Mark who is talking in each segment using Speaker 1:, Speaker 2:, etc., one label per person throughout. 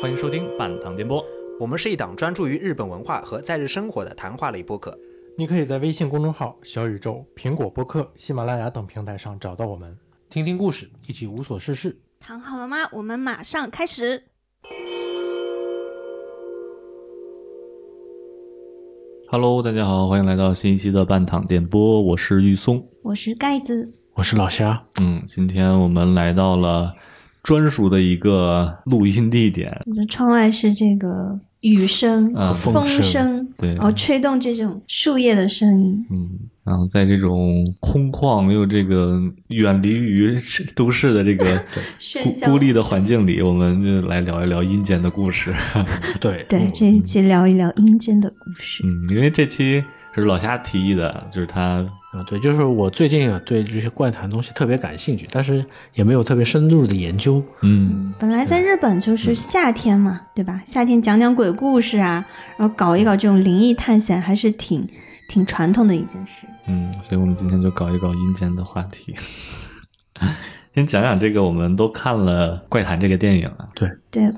Speaker 1: 欢迎收听半糖电波。
Speaker 2: 我们是一档专注于日本文化和在日生活的谈话类播客。
Speaker 3: 你可以在微信公众号、小宇宙、苹果播客、喜马拉雅等平台上找到我们。
Speaker 4: 听听故事，一起无所事事。
Speaker 5: 躺好了吗？我们马上开始。
Speaker 1: Hello，大家好，欢迎来到新一期的半躺电波，我是玉松。
Speaker 5: 我是盖子，
Speaker 4: 我是老虾，
Speaker 1: 嗯，今天我们来到了专属的一个录音地点，
Speaker 5: 你的窗外是这个雨声、
Speaker 1: 啊
Speaker 5: 风
Speaker 4: 风声
Speaker 1: 对
Speaker 5: 然后吹动这种树叶的声音。
Speaker 1: 嗯，然后在这种空旷又这个远离于都市的这个孤
Speaker 5: 喧嚣
Speaker 1: 孤立的环境里，我们就来聊一聊阴间的故事。
Speaker 4: 对嗯
Speaker 5: 对，这一期聊一聊阴间的故事。
Speaker 1: 嗯，因为这期是老虾提议的，就是他
Speaker 4: 啊，对，就是我最近啊对这些怪谈东西特别感兴趣，但是也没有特别深入的研究。
Speaker 1: 嗯。
Speaker 5: 本来在日本就是夏天嘛，对吧？夏天讲讲鬼故事啊，然后搞一搞这种灵异探险，还是挺挺传统的一件事。
Speaker 1: 嗯，所以我们今天就搞一搞阴间的话题。 先讲讲这个，我们都看了《怪谈》这个电影啊，
Speaker 5: 对，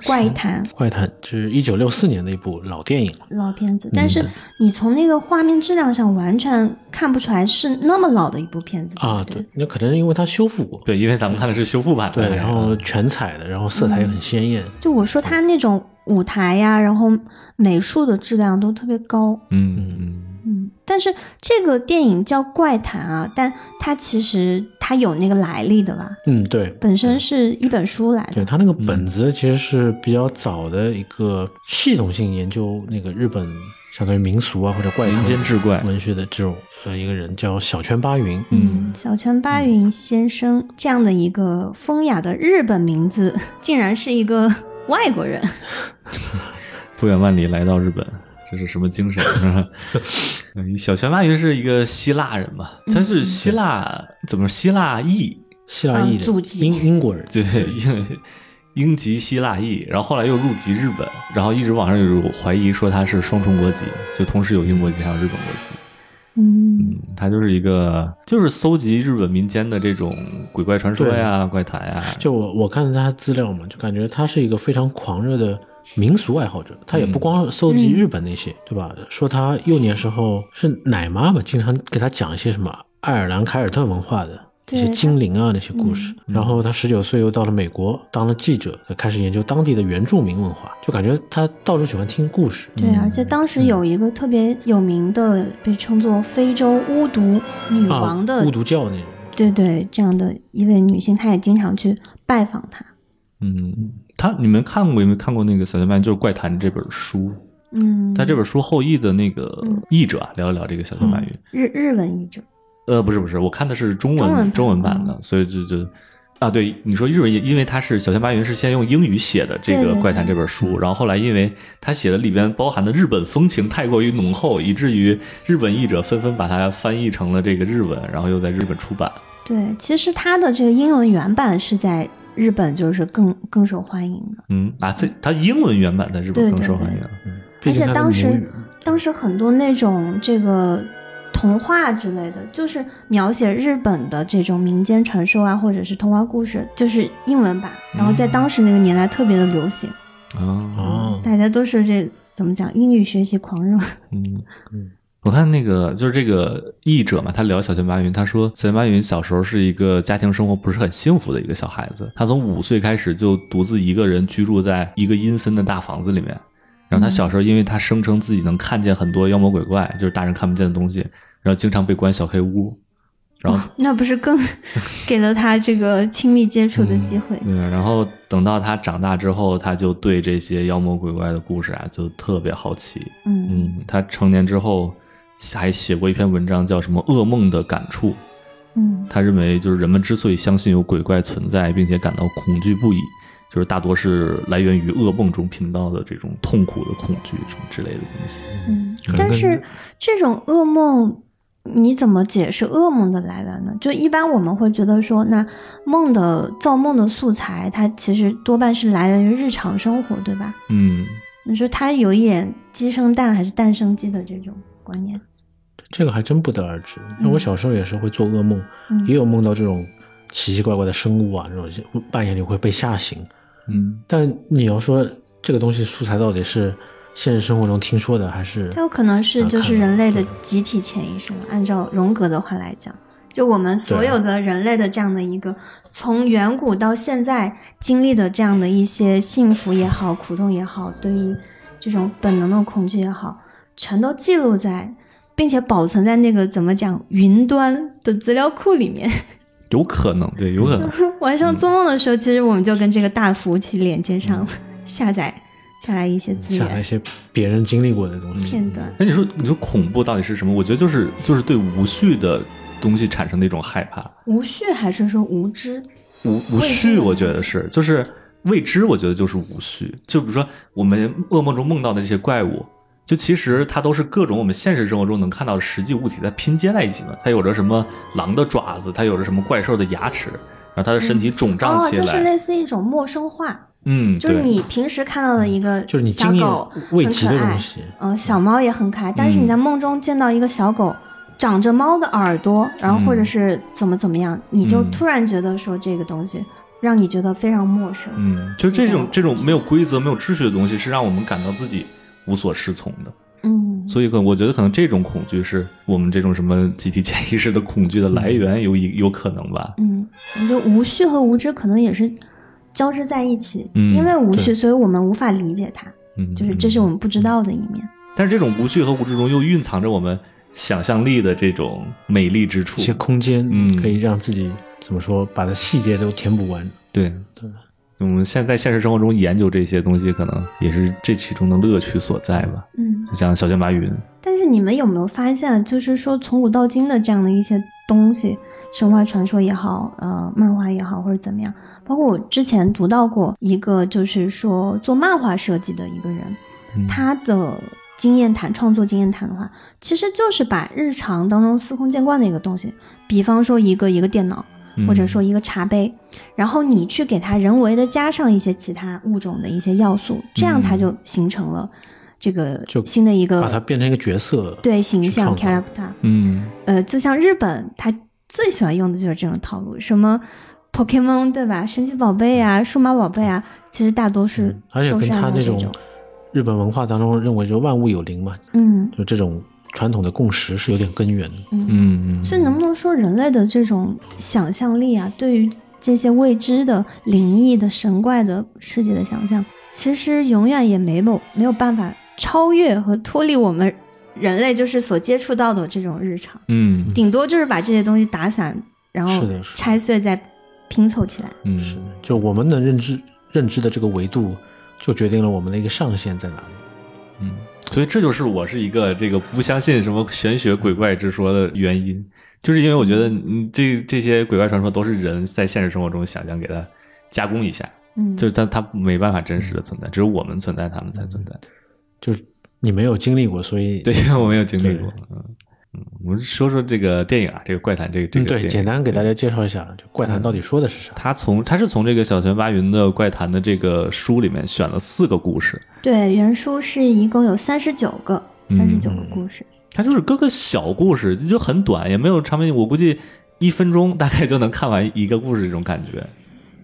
Speaker 5: 怪谈
Speaker 4: 怪谈就是一九六四年的一部老电影了，
Speaker 5: 老片
Speaker 1: 嗯
Speaker 5: 子，但是你从那个画面质量上完全看不出来是那么老的一部片子
Speaker 4: 啊，
Speaker 5: 对不
Speaker 4: 对，那可能是因为它修复过，
Speaker 1: 对，因为咱们看的是修复版的，
Speaker 4: 对，啊然后全彩的，然后色彩也
Speaker 5: 嗯
Speaker 4: 很鲜艳，
Speaker 5: 就我说他那种舞台呀、然后美术的质量都特别高，
Speaker 1: 嗯嗯
Speaker 5: 嗯，但是这个电影叫怪谈啊，但它其实它有那个来历的吧，
Speaker 4: 嗯，对。
Speaker 5: 本身是一本书来
Speaker 4: 对
Speaker 5: 的，嗯
Speaker 4: 它那个本子其实是比较早的一个系统性研究那个日本相当于民俗啊或者怪
Speaker 1: 民
Speaker 4: 谈
Speaker 1: 间志怪
Speaker 4: 文学的这种呃一个人叫小泉八云，
Speaker 1: 嗯
Speaker 5: 小泉八云先生这样的一个风雅的日本名字， 竟然是一个外国人，
Speaker 1: 不远万里来到日本，这是什么精神？ 嗯小泉八云是一个希腊人嘛，
Speaker 4: 嗯
Speaker 1: 他是希腊怎么说希腊裔，
Speaker 4: 希腊裔
Speaker 5: 嗯祖
Speaker 4: 的
Speaker 5: 籍
Speaker 4: 英英国人，
Speaker 1: 对英英籍希腊裔，然后后来又入籍日本，然后一直网上有怀疑说他是双重国籍，就同时有英国籍还有日本国籍。
Speaker 5: 嗯，
Speaker 1: 嗯他就是一个，就是搜集日本民间的这种鬼怪传说呀、怪谈呀，
Speaker 4: 啊就我我看他资料嘛，就感觉他是一个非常狂热的民俗爱好者。他也不光搜集日本那些，
Speaker 5: 嗯
Speaker 4: 对吧？说他幼年时候是奶妈嘛，经常给他讲一些什么爱尔兰凯尔特文化的。这
Speaker 5: 对嗯
Speaker 4: 些精灵啊，那些故事。然后他十九岁又到了美国，当了记者，开始研究当地的原住民文化，就感觉他到处喜欢听故事。
Speaker 5: 对，而且当时有一个特别有名的，被称作非洲巫毒女
Speaker 4: 啊
Speaker 5: 王的
Speaker 4: 巫毒教那种。
Speaker 5: 对对，这样的一位女性，她也经常去拜访他。
Speaker 1: 嗯，他你们看过有没有看过那个《小泉八云就是怪谈》这本书？
Speaker 5: 嗯，
Speaker 1: 他这本书后译的那个
Speaker 5: 嗯
Speaker 1: 译者啊，聊一聊这个小泉八云。
Speaker 5: 日日文译者，
Speaker 1: 呃，不是不是，我看的是中文
Speaker 5: 嗯中文版嗯
Speaker 1: 版的，所以就就啊，对你说日文译，因为他是小泉八云是先用英语写的这
Speaker 5: 对
Speaker 1: 个
Speaker 5: 对
Speaker 1: 《怪谈》这本书，然后后来因为他写的里边包含的日本风情太过于浓厚，以至于日本译者纷纷把它翻译成了这个日文，然后又在日本出版。
Speaker 5: 对，其实她的这个英文原版是在日本就是更更受欢迎的，
Speaker 1: 嗯啊，这它英文原版在日本
Speaker 5: 对
Speaker 1: 更
Speaker 5: 对
Speaker 1: 受
Speaker 5: 对
Speaker 1: 欢迎。嗯
Speaker 4: 毕竟
Speaker 5: 而且
Speaker 4: 他的
Speaker 5: 当时
Speaker 4: 母语
Speaker 5: 当时很多那种这个童话之类的，就是描写日本的这种民间传说啊，或者是童话故事，就是英文版，
Speaker 4: 嗯
Speaker 5: 然后在当时那个年代特别的流行，
Speaker 1: 啊，
Speaker 4: 哦，
Speaker 5: 大家都是这怎么讲英语学习狂热，
Speaker 1: 嗯我看那个就是这个译者嘛，他聊小泉八云，他说小泉八云小时候是一个家庭生活不是很幸福的一个小孩子，他从五岁开始就独自一个人居住在一个阴森的大房子里
Speaker 5: 嗯
Speaker 1: 面。然后他小时候，因为他声称自己能看见很多妖魔鬼怪，就是大人看不见的东西，然后经常被关小黑屋。然后
Speaker 5: 哦那不是更给了他这个亲密接触的机会？
Speaker 1: 对，然后等到他长大之后，他就对这些妖魔鬼怪的故事啊，就特别好奇。
Speaker 5: 嗯
Speaker 1: 嗯，他成年之后还写过一篇文章，叫什么《噩梦的感触》。
Speaker 5: 嗯
Speaker 1: 他认为，就是人们之所以相信有鬼怪存在，并且感到恐惧不已，就是大多是来源于噩梦中频道的这种痛苦的恐惧什么之类的东西。
Speaker 5: 嗯
Speaker 4: 可能，
Speaker 5: 但
Speaker 4: 跟
Speaker 5: 是这种噩梦，你怎么解释噩梦的来源呢？就一般我们会觉得说，那梦的造梦的素材，它其实多半是来源于日常生活，对吧？
Speaker 1: 嗯，
Speaker 5: 你说它有一点鸡生蛋还是蛋生鸡的这种观念？
Speaker 4: 这个还真不得而知。那我小时候也是会做噩梦，
Speaker 5: 嗯
Speaker 4: 也有梦到这种嗯奇奇怪怪的生物啊，这种半夜里会被吓醒。
Speaker 1: 嗯
Speaker 4: 但你要说这个东西素材到底是现实生活中听说的，还是
Speaker 5: 它有可能是
Speaker 4: 呃
Speaker 5: 就
Speaker 4: 看
Speaker 5: 是
Speaker 4: 到
Speaker 5: 人类的
Speaker 4: 对
Speaker 5: 集体潜意识嘛？按照荣格的话来讲，就我们所
Speaker 4: 对
Speaker 5: 有的人类的这样的一个从远古到现在经历的这样的一些幸福也好、苦痛也好，对于这种本能的恐惧也好，全都记录在。并且保存在那个怎么讲云端的资料库里面。
Speaker 1: 有可能，对，有可能。
Speaker 5: 晚上做梦的时候，其实我们就跟这个大服务器连接上了，下载下来一些资
Speaker 4: 下来一
Speaker 5: 源
Speaker 4: 些别人经历过的东西？
Speaker 5: 片段。
Speaker 1: 那哎你说，你说恐怖到底是什么？我觉得就是就是对无序的东西产生的一种害怕，
Speaker 5: 无序还是说无知？
Speaker 1: 无无
Speaker 5: 未
Speaker 1: 序，
Speaker 5: 知
Speaker 1: 我觉得是，就是未知，我觉得就是无序。就比如说我们噩梦中梦到的这些怪物，就其实它都是各种我们现实生活中能看到的实际物体在拼接在一起的。它有着什么狼的爪子，它有着什么怪兽的牙齿，然后它的身体肿胀
Speaker 5: 哦，
Speaker 1: 起
Speaker 5: 就是
Speaker 1: 来。
Speaker 5: 类似一种陌生化，
Speaker 1: 嗯，
Speaker 5: 就是
Speaker 1: 对，嗯
Speaker 5: 你平时看到的一个
Speaker 4: 就是你
Speaker 5: 小
Speaker 4: 经历
Speaker 5: 狗
Speaker 4: 未
Speaker 5: 很
Speaker 4: 知
Speaker 5: 可
Speaker 4: 的
Speaker 5: 爱
Speaker 4: 东，西，
Speaker 5: 嗯，小猫也很可爱，但是
Speaker 1: 嗯
Speaker 5: 你在梦中见到一个小狗长着猫的耳朵，然后或者是怎么怎么样，你就
Speaker 1: 嗯
Speaker 5: 突然觉得说这个东西让你觉得非常陌生。
Speaker 1: 嗯，就这种这种没有规则、没有秩序的东西，是让我们感到自己无所适从的。
Speaker 5: 嗯，
Speaker 1: 所以可我觉得可能这种恐惧是我们这种什么集体潜意识的恐惧的来源，有一有可能吧。
Speaker 5: 嗯，我觉得无序和无知可能也是交织在一起，
Speaker 1: 嗯
Speaker 5: 因为无序，
Speaker 4: 对
Speaker 5: 所以我们无法理解它，
Speaker 1: 嗯，
Speaker 5: 就是这是我们不知道的一面。
Speaker 1: 但是这种无序和无知中又蕴藏着我们想象力的这种美丽之处
Speaker 4: 一。些空间
Speaker 1: 嗯
Speaker 4: 可以让自己怎么说，把它细节都填补完。
Speaker 1: 对
Speaker 4: 对，
Speaker 1: 我们现在现实生活中研究这些东西，可能也是这其中的乐趣所在吧。
Speaker 5: 嗯，
Speaker 1: 就像小卷马云，
Speaker 5: 但是你们有没有发现，就是说从古到今的这样的一些东西，神话传说也好，呃，漫画也好，或者怎么样，包括我之前读到过一个，就是说做漫画设计的一个人，
Speaker 1: 嗯
Speaker 5: 他的经验谈，创作经验谈的话，其实就是把日常当中司空见惯的一个东西，比方说一个一个电脑，
Speaker 1: 嗯
Speaker 5: 或者说一个茶杯，然后你去给它人为的加上一些其他物种的一些要素，这样它就形成了这个
Speaker 4: 嗯就
Speaker 5: 新的一个
Speaker 4: 把它变成一个角色，
Speaker 5: 嗯对形象
Speaker 4: 去创造
Speaker 5: character。
Speaker 1: 嗯，
Speaker 5: 呃，就像日本，它最喜欢用的就是这种套路，什么 Pokemon 对吧？神奇宝贝啊，数码宝贝啊，其实大多是
Speaker 4: 嗯而且
Speaker 5: 都
Speaker 4: 跟
Speaker 5: 是按
Speaker 4: 他
Speaker 5: 照
Speaker 4: 那
Speaker 5: 这
Speaker 4: 种日本文化当中认为就万物有灵嘛，
Speaker 5: 嗯
Speaker 4: 就这种传统的共识是有点根源的。
Speaker 5: 嗯。
Speaker 1: 嗯嗯，
Speaker 5: 所以，能不能说人类的这种想象力啊，对于这些未知的、灵异的、神怪的世界的想象，其实永远也没有没有办法超越和脱离我们人类就是所接触到的这种日常，
Speaker 1: 嗯
Speaker 5: 顶多就是把这些东西打散，然后
Speaker 4: 是的是的
Speaker 5: 拆碎再拼凑起来。
Speaker 1: 嗯
Speaker 4: 是的，就我们能认知认知的这个维度，就决定了我们的一个上限在哪里。
Speaker 1: 嗯，所以这就是我是一个这个不相信什么玄学鬼怪之说的原因，就是因为我觉得嗯，这这些鬼怪传说都是人在现实生活中想象给它加工一下，
Speaker 5: 嗯，
Speaker 1: 就是它它没办法真实
Speaker 4: 嗯
Speaker 1: 的存在，只有我们存在，他们才存在。
Speaker 4: 就是你没有经历过，所以
Speaker 1: 对， 因为我没有经历过
Speaker 4: 对。
Speaker 1: 嗯嗯，我们说说这个电影啊，这个怪谈，这个这
Speaker 4: 嗯
Speaker 1: 个
Speaker 4: 对，
Speaker 1: 电影
Speaker 4: 简单给大家介绍一下，就怪谈到底说的是啥。
Speaker 1: 他从他是从这个小泉八云的怪谈的这个书里面选了四个故事，
Speaker 5: 对，原书是一共有三十九个，
Speaker 4: 嗯
Speaker 5: 三十九个故事。
Speaker 1: 它就是各个小故事，就很短，也没有长篇。我估计一分钟大概就能看完一个故事，这种感觉。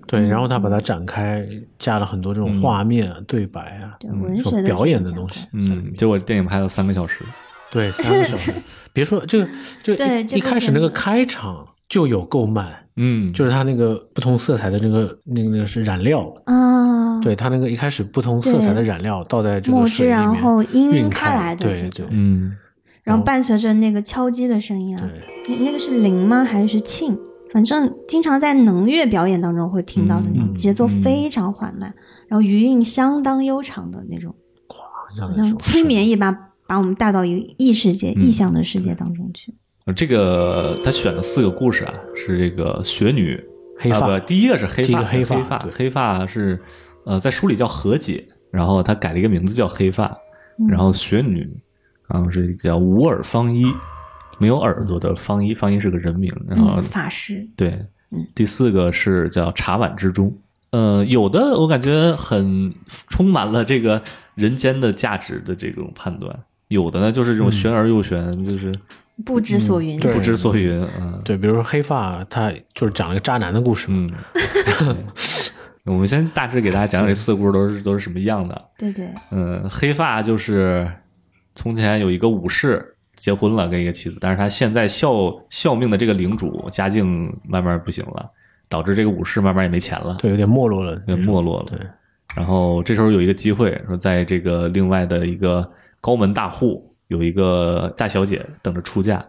Speaker 4: 对，然后他把它展开，加了很多这
Speaker 1: 嗯
Speaker 4: 种画面啊、对白啊，
Speaker 5: 对文
Speaker 4: 这
Speaker 5: 学
Speaker 4: 种
Speaker 5: 的
Speaker 4: 表演的
Speaker 5: 这种
Speaker 4: 东
Speaker 5: 展
Speaker 4: 西
Speaker 5: 开。
Speaker 1: 嗯，结果电影拍了三个小时。
Speaker 4: 对，三个小时。 别说这个，这个
Speaker 5: 对
Speaker 4: 一
Speaker 5: 这
Speaker 4: 一
Speaker 5: 个
Speaker 4: 开始
Speaker 5: 真
Speaker 4: 那个
Speaker 5: 的
Speaker 4: 开场就有够慢，
Speaker 1: 嗯，
Speaker 4: 就是他那个不同色彩的那个那个那个是染料，
Speaker 5: 啊，
Speaker 4: 嗯对他那个一开始不同色彩的
Speaker 5: 对
Speaker 4: 染料倒在这
Speaker 5: 墨
Speaker 4: 个
Speaker 5: 汁
Speaker 4: 水里面，
Speaker 5: 然后氤氲
Speaker 4: 晕
Speaker 5: 开来的这
Speaker 4: 对对
Speaker 5: 种
Speaker 1: 嗯，
Speaker 5: 然后伴随着那个敲击的声音啊，
Speaker 4: 对，
Speaker 5: 那那个是铃吗？还是磬？反正经常在能乐表演当中会听到的那种
Speaker 1: 嗯
Speaker 5: 节奏非常缓慢，
Speaker 4: 嗯
Speaker 5: 然后余韵相当悠长的那种，
Speaker 4: 让
Speaker 5: 好
Speaker 4: 人
Speaker 5: 像
Speaker 4: 说
Speaker 5: 催
Speaker 4: 啊是
Speaker 5: 眠一般，把我们带到一个异世界、
Speaker 1: 嗯
Speaker 5: 异象的世界当中去。
Speaker 1: 这个他选的四个故事啊，是这个雪女
Speaker 4: 黑
Speaker 1: 啊
Speaker 4: 发
Speaker 1: 不，第一个是黑
Speaker 4: 第一
Speaker 1: 发，
Speaker 4: 个黑发
Speaker 1: 黑发
Speaker 4: 对
Speaker 1: 黑发是呃，在书里叫何姐，然后她改了一个名字叫黑发，
Speaker 5: 嗯
Speaker 1: 然后雪女，然后是叫无耳方一，没有耳朵的方一，方一是个人名，然后、
Speaker 5: 嗯，法师，
Speaker 1: 对
Speaker 5: 嗯，
Speaker 1: 第四个是叫茶碗之中。呃，有的我感觉很充满了这个人间的价值的这种判断，有的呢就是
Speaker 4: 嗯
Speaker 1: 这种玄而又玄，就是
Speaker 5: 不知所云。
Speaker 4: 对
Speaker 1: 不知所云，嗯
Speaker 4: 对，比如说黑发，他就是讲了个渣男的故事嘛，
Speaker 1: 嗯， 我们先大致给大家讲讲这四个故事都是都是什么样的。
Speaker 5: 对对，
Speaker 1: 嗯，黑发就是从前有一个武士结婚了，跟一个妻子，但是他现在效效命的这个领主家境慢慢不行了，导致这个武士慢慢也没钱了，
Speaker 4: 对，有点没落了，
Speaker 1: 也没落了。
Speaker 4: 对，
Speaker 1: 然后这时候有一个机会，说在这个另外的一个高门大户有一个大小姐等着出嫁，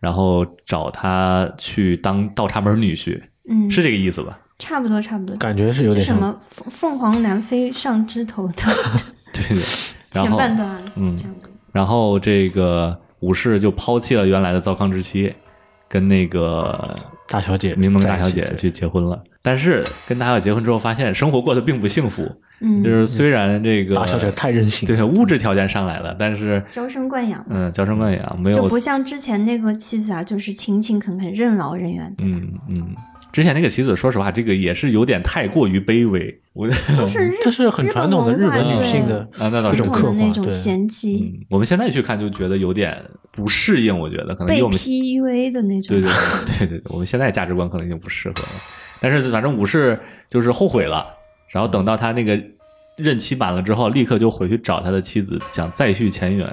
Speaker 1: 然后找她去当倒插门女婿，
Speaker 5: 嗯，
Speaker 1: 是这个意思吧？
Speaker 5: 差不多差不多，
Speaker 4: 感觉是有
Speaker 5: 就
Speaker 4: 点
Speaker 5: 什
Speaker 4: 像
Speaker 5: 么凤凤凰南飞上 枝头的
Speaker 1: 对 对。然
Speaker 5: 前
Speaker 1: 后
Speaker 5: 半段，
Speaker 1: 嗯
Speaker 5: 这样子
Speaker 1: 然后这个武士就抛弃了原来的糟糠之妻，跟那个
Speaker 4: 大小姐，
Speaker 1: 名门大小姐
Speaker 4: 在一起
Speaker 1: 去结婚了。但是跟大小姐结婚之后，发现生活过得并不幸福。
Speaker 5: 嗯
Speaker 1: 就，是虽然这个
Speaker 4: 对大小姐太任性，
Speaker 1: 对物质条件上来了，但是
Speaker 5: 娇生惯养嘛，
Speaker 1: 嗯，娇生惯养，没
Speaker 5: 就
Speaker 1: 有
Speaker 5: 不像之前那个妻子啊，就是勤勤恳恳、任劳任怨的，
Speaker 1: 嗯嗯。之前那个棋子，说实话，这个也是有点太过于卑微。我
Speaker 5: 就是日
Speaker 4: 嗯这是很传统的日本 女性的
Speaker 1: 啊，那倒
Speaker 5: 传
Speaker 1: 是
Speaker 4: 这种
Speaker 5: 统
Speaker 4: 刻
Speaker 5: 的
Speaker 4: 画
Speaker 5: 那种
Speaker 4: 对
Speaker 5: 贤妻、
Speaker 1: 嗯，我们现在去看就觉得有点不适应。我觉得可
Speaker 4: 嗯
Speaker 1: 能以
Speaker 5: 被
Speaker 1: 我们
Speaker 5: PUA 的那
Speaker 1: 对，
Speaker 5: 种
Speaker 1: 对对对对，对，我们现在价值观可能已经不适合了。但是反正武士就是后悔了，然后等到他那个任期满了之后，立刻就回去找他的妻子，想再续前缘。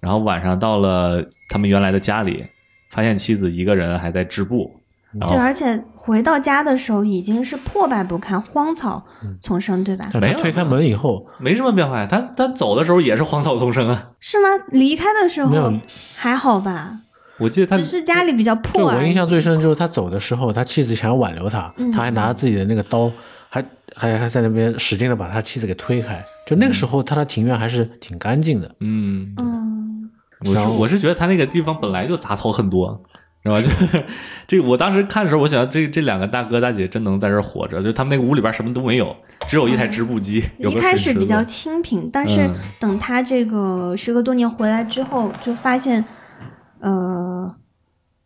Speaker 1: 然后晚上到了他们原来的家里，发现妻子一个人还在织布，然后
Speaker 5: 对，而且回到家的时候已经是破败不堪、荒草
Speaker 4: 嗯
Speaker 5: 丛生，对吧？
Speaker 4: 但
Speaker 1: 没
Speaker 4: 她
Speaker 1: 有
Speaker 4: 推开门以后，
Speaker 1: 没什么变化呀。他他走的时候也是荒草丛生啊，
Speaker 5: 是吗？离开的时
Speaker 4: 没
Speaker 5: 候
Speaker 4: 有
Speaker 5: 还好吧，
Speaker 1: 我记得他
Speaker 5: 只是家里比较
Speaker 4: 对
Speaker 5: 破
Speaker 4: 我
Speaker 5: 而
Speaker 4: 印
Speaker 5: 已。
Speaker 4: 象最深就是他走的时候，他妻子想要挽留他，
Speaker 5: 嗯
Speaker 4: 他还拿着自己的那个刀，还还还在那边使劲的把他妻子给推开。就那个时候，他的庭院还是挺干净的，
Speaker 1: 嗯，
Speaker 5: 嗯，
Speaker 1: 我是我是觉得他那个地方本来就杂草很多，是吧？就是 这，我当时看的时候，我想这这两个大哥大姐真能在这儿活着，就是他们那个屋里边什么都没有，只有一台织布机，有
Speaker 5: 嗯一
Speaker 1: 个
Speaker 5: 开
Speaker 1: 水
Speaker 5: 始
Speaker 1: 池
Speaker 5: 比较
Speaker 1: 子。
Speaker 5: 清贫，但是
Speaker 1: 嗯
Speaker 5: 等他这个时隔多年回来之后，就发现，呃，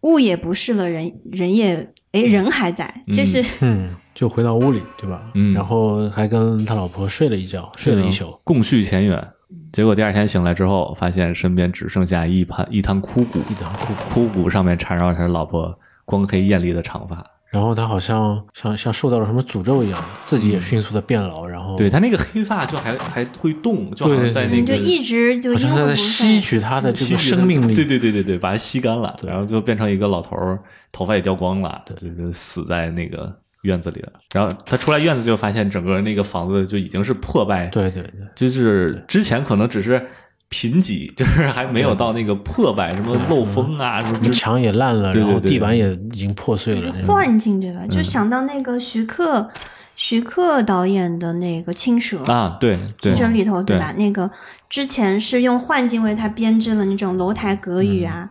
Speaker 5: 物也不是了，人人也哎人还在，这是
Speaker 4: 嗯，就回到屋里，对吧？
Speaker 1: 嗯
Speaker 4: 然后还跟他老婆睡了一觉，睡了一宿。
Speaker 1: 共续前缘。结果第二天醒来之后，发现身边只剩下一盘一滩枯骨，
Speaker 4: 一滩枯骨
Speaker 1: 枯骨上面缠绕着他老婆光黑艳丽的长发。
Speaker 4: 然后他好像像像受到了什么诅咒一样，自己也迅速的变老，然后
Speaker 1: 嗯对他那个黑发就还还会动，就好像
Speaker 4: 对
Speaker 1: 在
Speaker 4: 对
Speaker 1: 那
Speaker 5: 你就
Speaker 1: 个
Speaker 5: 一直就
Speaker 4: 好
Speaker 5: 阴
Speaker 4: 像
Speaker 5: 魂
Speaker 4: 在
Speaker 5: 不
Speaker 4: 吸
Speaker 5: 散。
Speaker 4: 取他的这
Speaker 1: 嗯吸
Speaker 4: 个
Speaker 1: 取了
Speaker 4: 生命力。
Speaker 1: 对对对对对，把它吸干了，然后就变成一个老头儿，头发也掉光了，
Speaker 4: 对
Speaker 1: 就是死在那个院子里了。然后他出来院子就发现整个那个房子就已经是破败，，
Speaker 4: 对对对，
Speaker 1: 就是之前可能只是贫瘠， 就是还没有到那个破败，什么漏风啊，什么
Speaker 4: 什么
Speaker 1: 之
Speaker 4: 墙也烂了，
Speaker 1: 对对
Speaker 4: 然后
Speaker 1: 对
Speaker 4: 地板也已经破碎了。那种
Speaker 5: 幻境对吧？
Speaker 4: 嗯
Speaker 5: 就想到那个徐克，徐克导演的那个《青蛇》
Speaker 4: 嗯
Speaker 1: 啊，对对
Speaker 5: 竞争里头，
Speaker 1: 对
Speaker 5: 对吧？那个之前是用幻境为他编织了那种楼台
Speaker 1: 嗯
Speaker 5: 阁宇啊，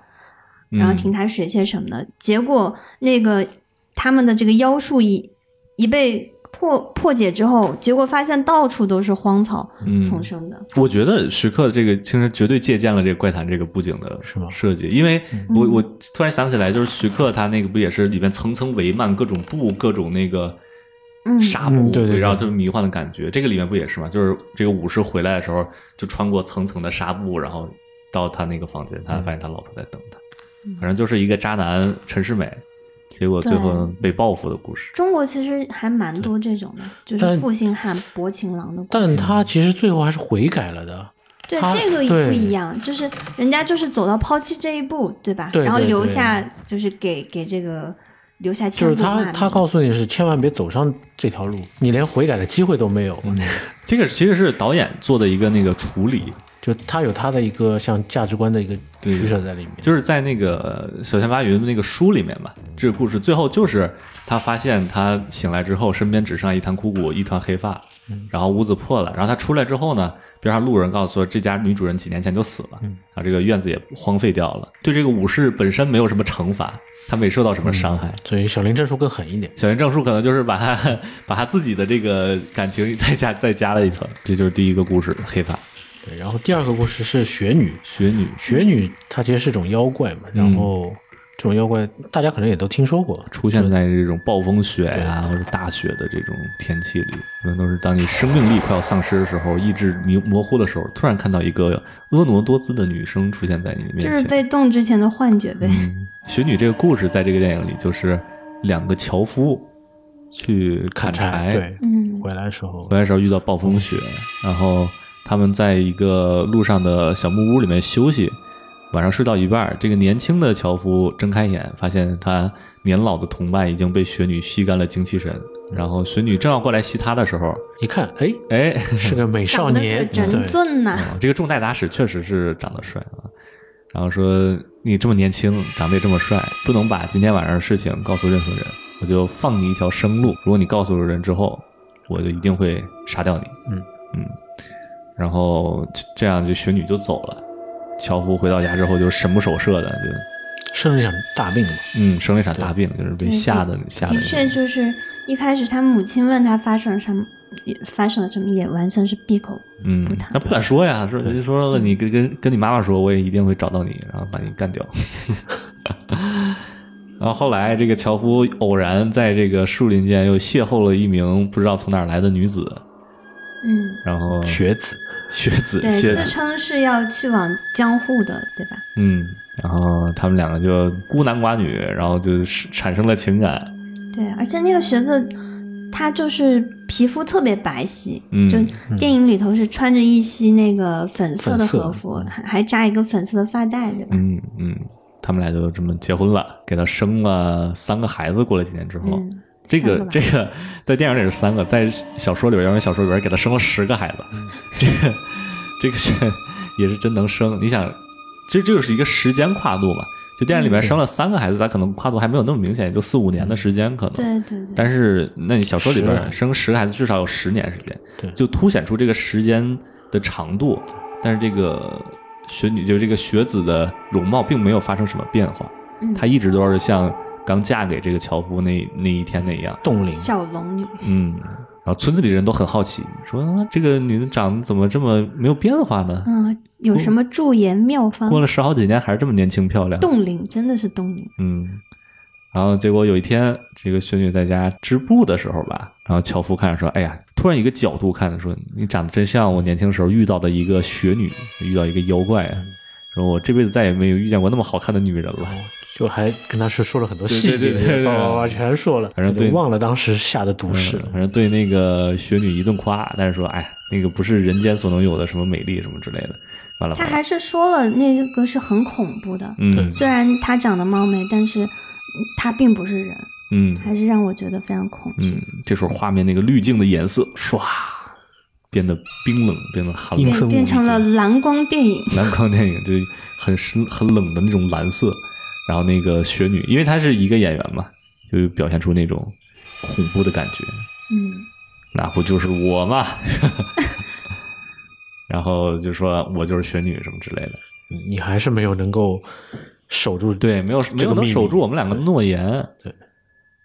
Speaker 5: 然后亭台水榭什么的。结果那个他们的这个妖术一一被破破解之后，结果发现到处都是荒草
Speaker 1: 嗯
Speaker 5: 丛生的。
Speaker 1: 我觉得徐克这个其实绝对借鉴了这个怪谈这个布景的
Speaker 4: 是吗嗯
Speaker 1: 设计，因为我我突然想起来，就是徐克他那个不也是里面层层帷幔，各种布，各种那个
Speaker 5: 嗯
Speaker 1: 纱
Speaker 4: 嗯
Speaker 1: 布，
Speaker 4: 对对对
Speaker 1: 围绕特别迷幻的感觉。这个里面不也是吗？就是这个武士回来的时候，就穿过层层的纱布，然后到他那个房间，他
Speaker 4: 嗯
Speaker 1: 发现他老婆在等他，反正就是一个渣男陈世美，结果最后被报复的故事。
Speaker 5: 中国其实还蛮多这种的，就是
Speaker 4: 但
Speaker 5: 负心汉、薄情郎的故事。
Speaker 4: 但他其实最后还是悔改了的，
Speaker 5: 对
Speaker 4: 他
Speaker 5: 这个也
Speaker 4: 对
Speaker 5: 不一样，就是人家就是走到抛弃这一步，对吧？
Speaker 4: 对
Speaker 5: 然后
Speaker 4: 对
Speaker 5: 留
Speaker 4: 对
Speaker 5: 下就是给给这个留下
Speaker 4: 就
Speaker 5: 千
Speaker 4: 是
Speaker 5: 古骂
Speaker 4: 他
Speaker 5: 名。
Speaker 4: 他告诉你是千万别走上这条路，你连悔改的机会都没
Speaker 1: 嗯
Speaker 4: 有。
Speaker 1: 这个其实是导演做的一个那个处理，
Speaker 4: 就他有他的一个像价值观的一个
Speaker 1: 对
Speaker 4: 取舍在里面。
Speaker 1: 就是在那个《小田巴云》那个书里面吧，这个故事最后就是他发现他醒来之后，身边只剩下一滩枯骨，一团黑发，然后屋子破了，然后他出来之后呢，边上路人告诉说这家女主人几年前就死了，然后这个院子也荒废掉了，对这个武士本身没有什么惩罚，他没受到什么伤害。
Speaker 4: 所以小林正树更狠一点。
Speaker 1: 小林正树可能就是把他把他自己的这个感情再加再加了一层，这就是第一个故事，黑发
Speaker 4: 对，然后第二个故事是雪女，
Speaker 1: 雪女，
Speaker 4: 雪女她其实是种妖怪嘛，
Speaker 1: 嗯
Speaker 4: 然后这种妖怪大家可能也都听说过，
Speaker 1: 出现在这种暴风雪呀、或者大雪的这种天气里，可能都是当你生命力快要丧失的时候，意志模模糊的时候，突然看到一个婀娜多姿的女生出现在你的面
Speaker 5: 就是
Speaker 1: 前。
Speaker 5: 被冻之前的幻觉呗。
Speaker 1: 嗯，雪女这个故事在这个电影里就是两个樵夫，去砍柴，
Speaker 4: 对，
Speaker 5: 嗯
Speaker 4: 回来的时候
Speaker 1: 回来的时候遇到暴风雪，然后他们在一个路上的小木屋里面休息，晚上睡到一半儿，这个年轻的樵夫睁开眼，发现他年老的同伴已经被雪女吸干了精气神，然后雪女正要过来吸他的时候，
Speaker 4: 一看， 哎，
Speaker 1: 哎，
Speaker 4: 是个美少
Speaker 5: 长得可
Speaker 4: 年，嗯
Speaker 5: 真
Speaker 4: 对，
Speaker 5: 俊呐，
Speaker 1: 嗯这个重代打史确实是长得帅啊。然后说你这么年轻，长得也这么帅，不能把今天晚上的事情告诉任何人，我就放你一条生路。如果你告诉了人之后，我就一定会杀掉你。
Speaker 4: 嗯
Speaker 1: 嗯，然后这样就雪女就走了。樵夫回到家之后就神不守舍的，就
Speaker 4: 生了一场大病嘛，
Speaker 1: 嗯生了一场大病，就是被吓得吓得
Speaker 5: 的确就是一开始他母亲问他发生了什么，也发生了什么也完全是闭口
Speaker 1: 嗯
Speaker 5: 不谈，
Speaker 1: 那不敢说呀，说就说了你跟跟跟你妈妈说，我也一定会找到你，然后把你干掉。 然后后来，这个樵夫偶然在这个树林间又邂逅了一名不知道从哪儿来的女子，
Speaker 5: 嗯，
Speaker 1: 然后
Speaker 4: 学子，
Speaker 1: 学子
Speaker 5: 对，
Speaker 1: 学
Speaker 5: 自称是要去往江户的，对吧？
Speaker 1: 嗯，然后他们两个就孤男寡女，然后就是产生了情感，
Speaker 5: 对，而且那个学子，他就是皮肤特别白皙，
Speaker 1: 嗯
Speaker 5: 就电影里头是穿着一袭那个粉色的
Speaker 4: 粉色
Speaker 5: 和服，还还扎一个粉色的发带，对吧？
Speaker 1: 嗯嗯，他们俩就这么结婚了，给他生了三个孩子。过了几年之后，
Speaker 5: 嗯
Speaker 1: 这个
Speaker 5: 三个吧
Speaker 1: 这个在电影里是三个，在小说里边，原文小说里边给他生了十个孩子，
Speaker 4: 嗯
Speaker 1: 这个这个是也是真能生。你想，其实这就是一个时间跨度嘛。就电影
Speaker 4: 嗯
Speaker 1: 里边生了三个孩子，咱可能跨度还没有那么明显，也就四五年的时间可能。
Speaker 5: 对对对，
Speaker 1: 但是，那你小说里
Speaker 4: 十
Speaker 1: 边
Speaker 4: 年
Speaker 1: 生十个孩子，至少有十年时间，
Speaker 4: 对
Speaker 1: 就凸显出这个时间的长度。但是这个雪女，就是这个学子的容貌并没有发生什么变化，
Speaker 5: 嗯
Speaker 1: 她一直都是像刚嫁给这个樵夫那那一天那样。
Speaker 4: 冻龄，
Speaker 5: 小龙女，
Speaker 1: 嗯，然后村子里人都很好奇，说、啊这个女的长得怎么这么没有变化呢？
Speaker 5: 嗯，有什么驻颜妙方
Speaker 1: 过？了十好几年还是这么年轻漂亮。
Speaker 5: 冻龄真的是冻龄，
Speaker 1: 嗯，然后结果有一天，这个雪女在家织布的时候吧，然后樵夫看着说：“哎呀，突然一个角度看着说，你长得真像我年轻时候遇到的一个雪女，遇到一个妖怪啊。”说我这辈子再也没有遇见过那么好看的女人了。
Speaker 4: 就还跟他说说了很多
Speaker 1: 对
Speaker 4: 细
Speaker 1: 对对对对
Speaker 4: 节，叭叭叭全说了，
Speaker 1: 反正
Speaker 4: 就
Speaker 1: 对
Speaker 4: 忘了当时下的毒誓
Speaker 1: 嗯，反正对那个雪女一顿夸，但是说：“哎，那个不是人间所能有的什么美丽什么之类的。”完了，
Speaker 5: 他还是说了那个是很恐怖的，
Speaker 1: 嗯
Speaker 4: 对
Speaker 5: 虽然她长得貌美，但是她并不是人，
Speaker 1: 嗯，
Speaker 5: 还是让我觉得非常恐惧。
Speaker 1: 嗯，这时候画面那个滤镜的颜色唰变得冰冷，变得寒冷
Speaker 4: 阴，森
Speaker 5: 变
Speaker 4: 无
Speaker 5: 变
Speaker 4: 比
Speaker 5: 成了蓝光电影，
Speaker 1: 蓝光电影就是很深很冷的那种蓝色。然后那个雪女，因为她是一个演员嘛，就表现出那种恐怖的感觉，
Speaker 5: 嗯，
Speaker 1: 那不就是我 嘛？然后就说我就是雪女什么之类的。
Speaker 4: 你还是没有能够守住，
Speaker 1: 对，没有没有能守住我们两个诺言。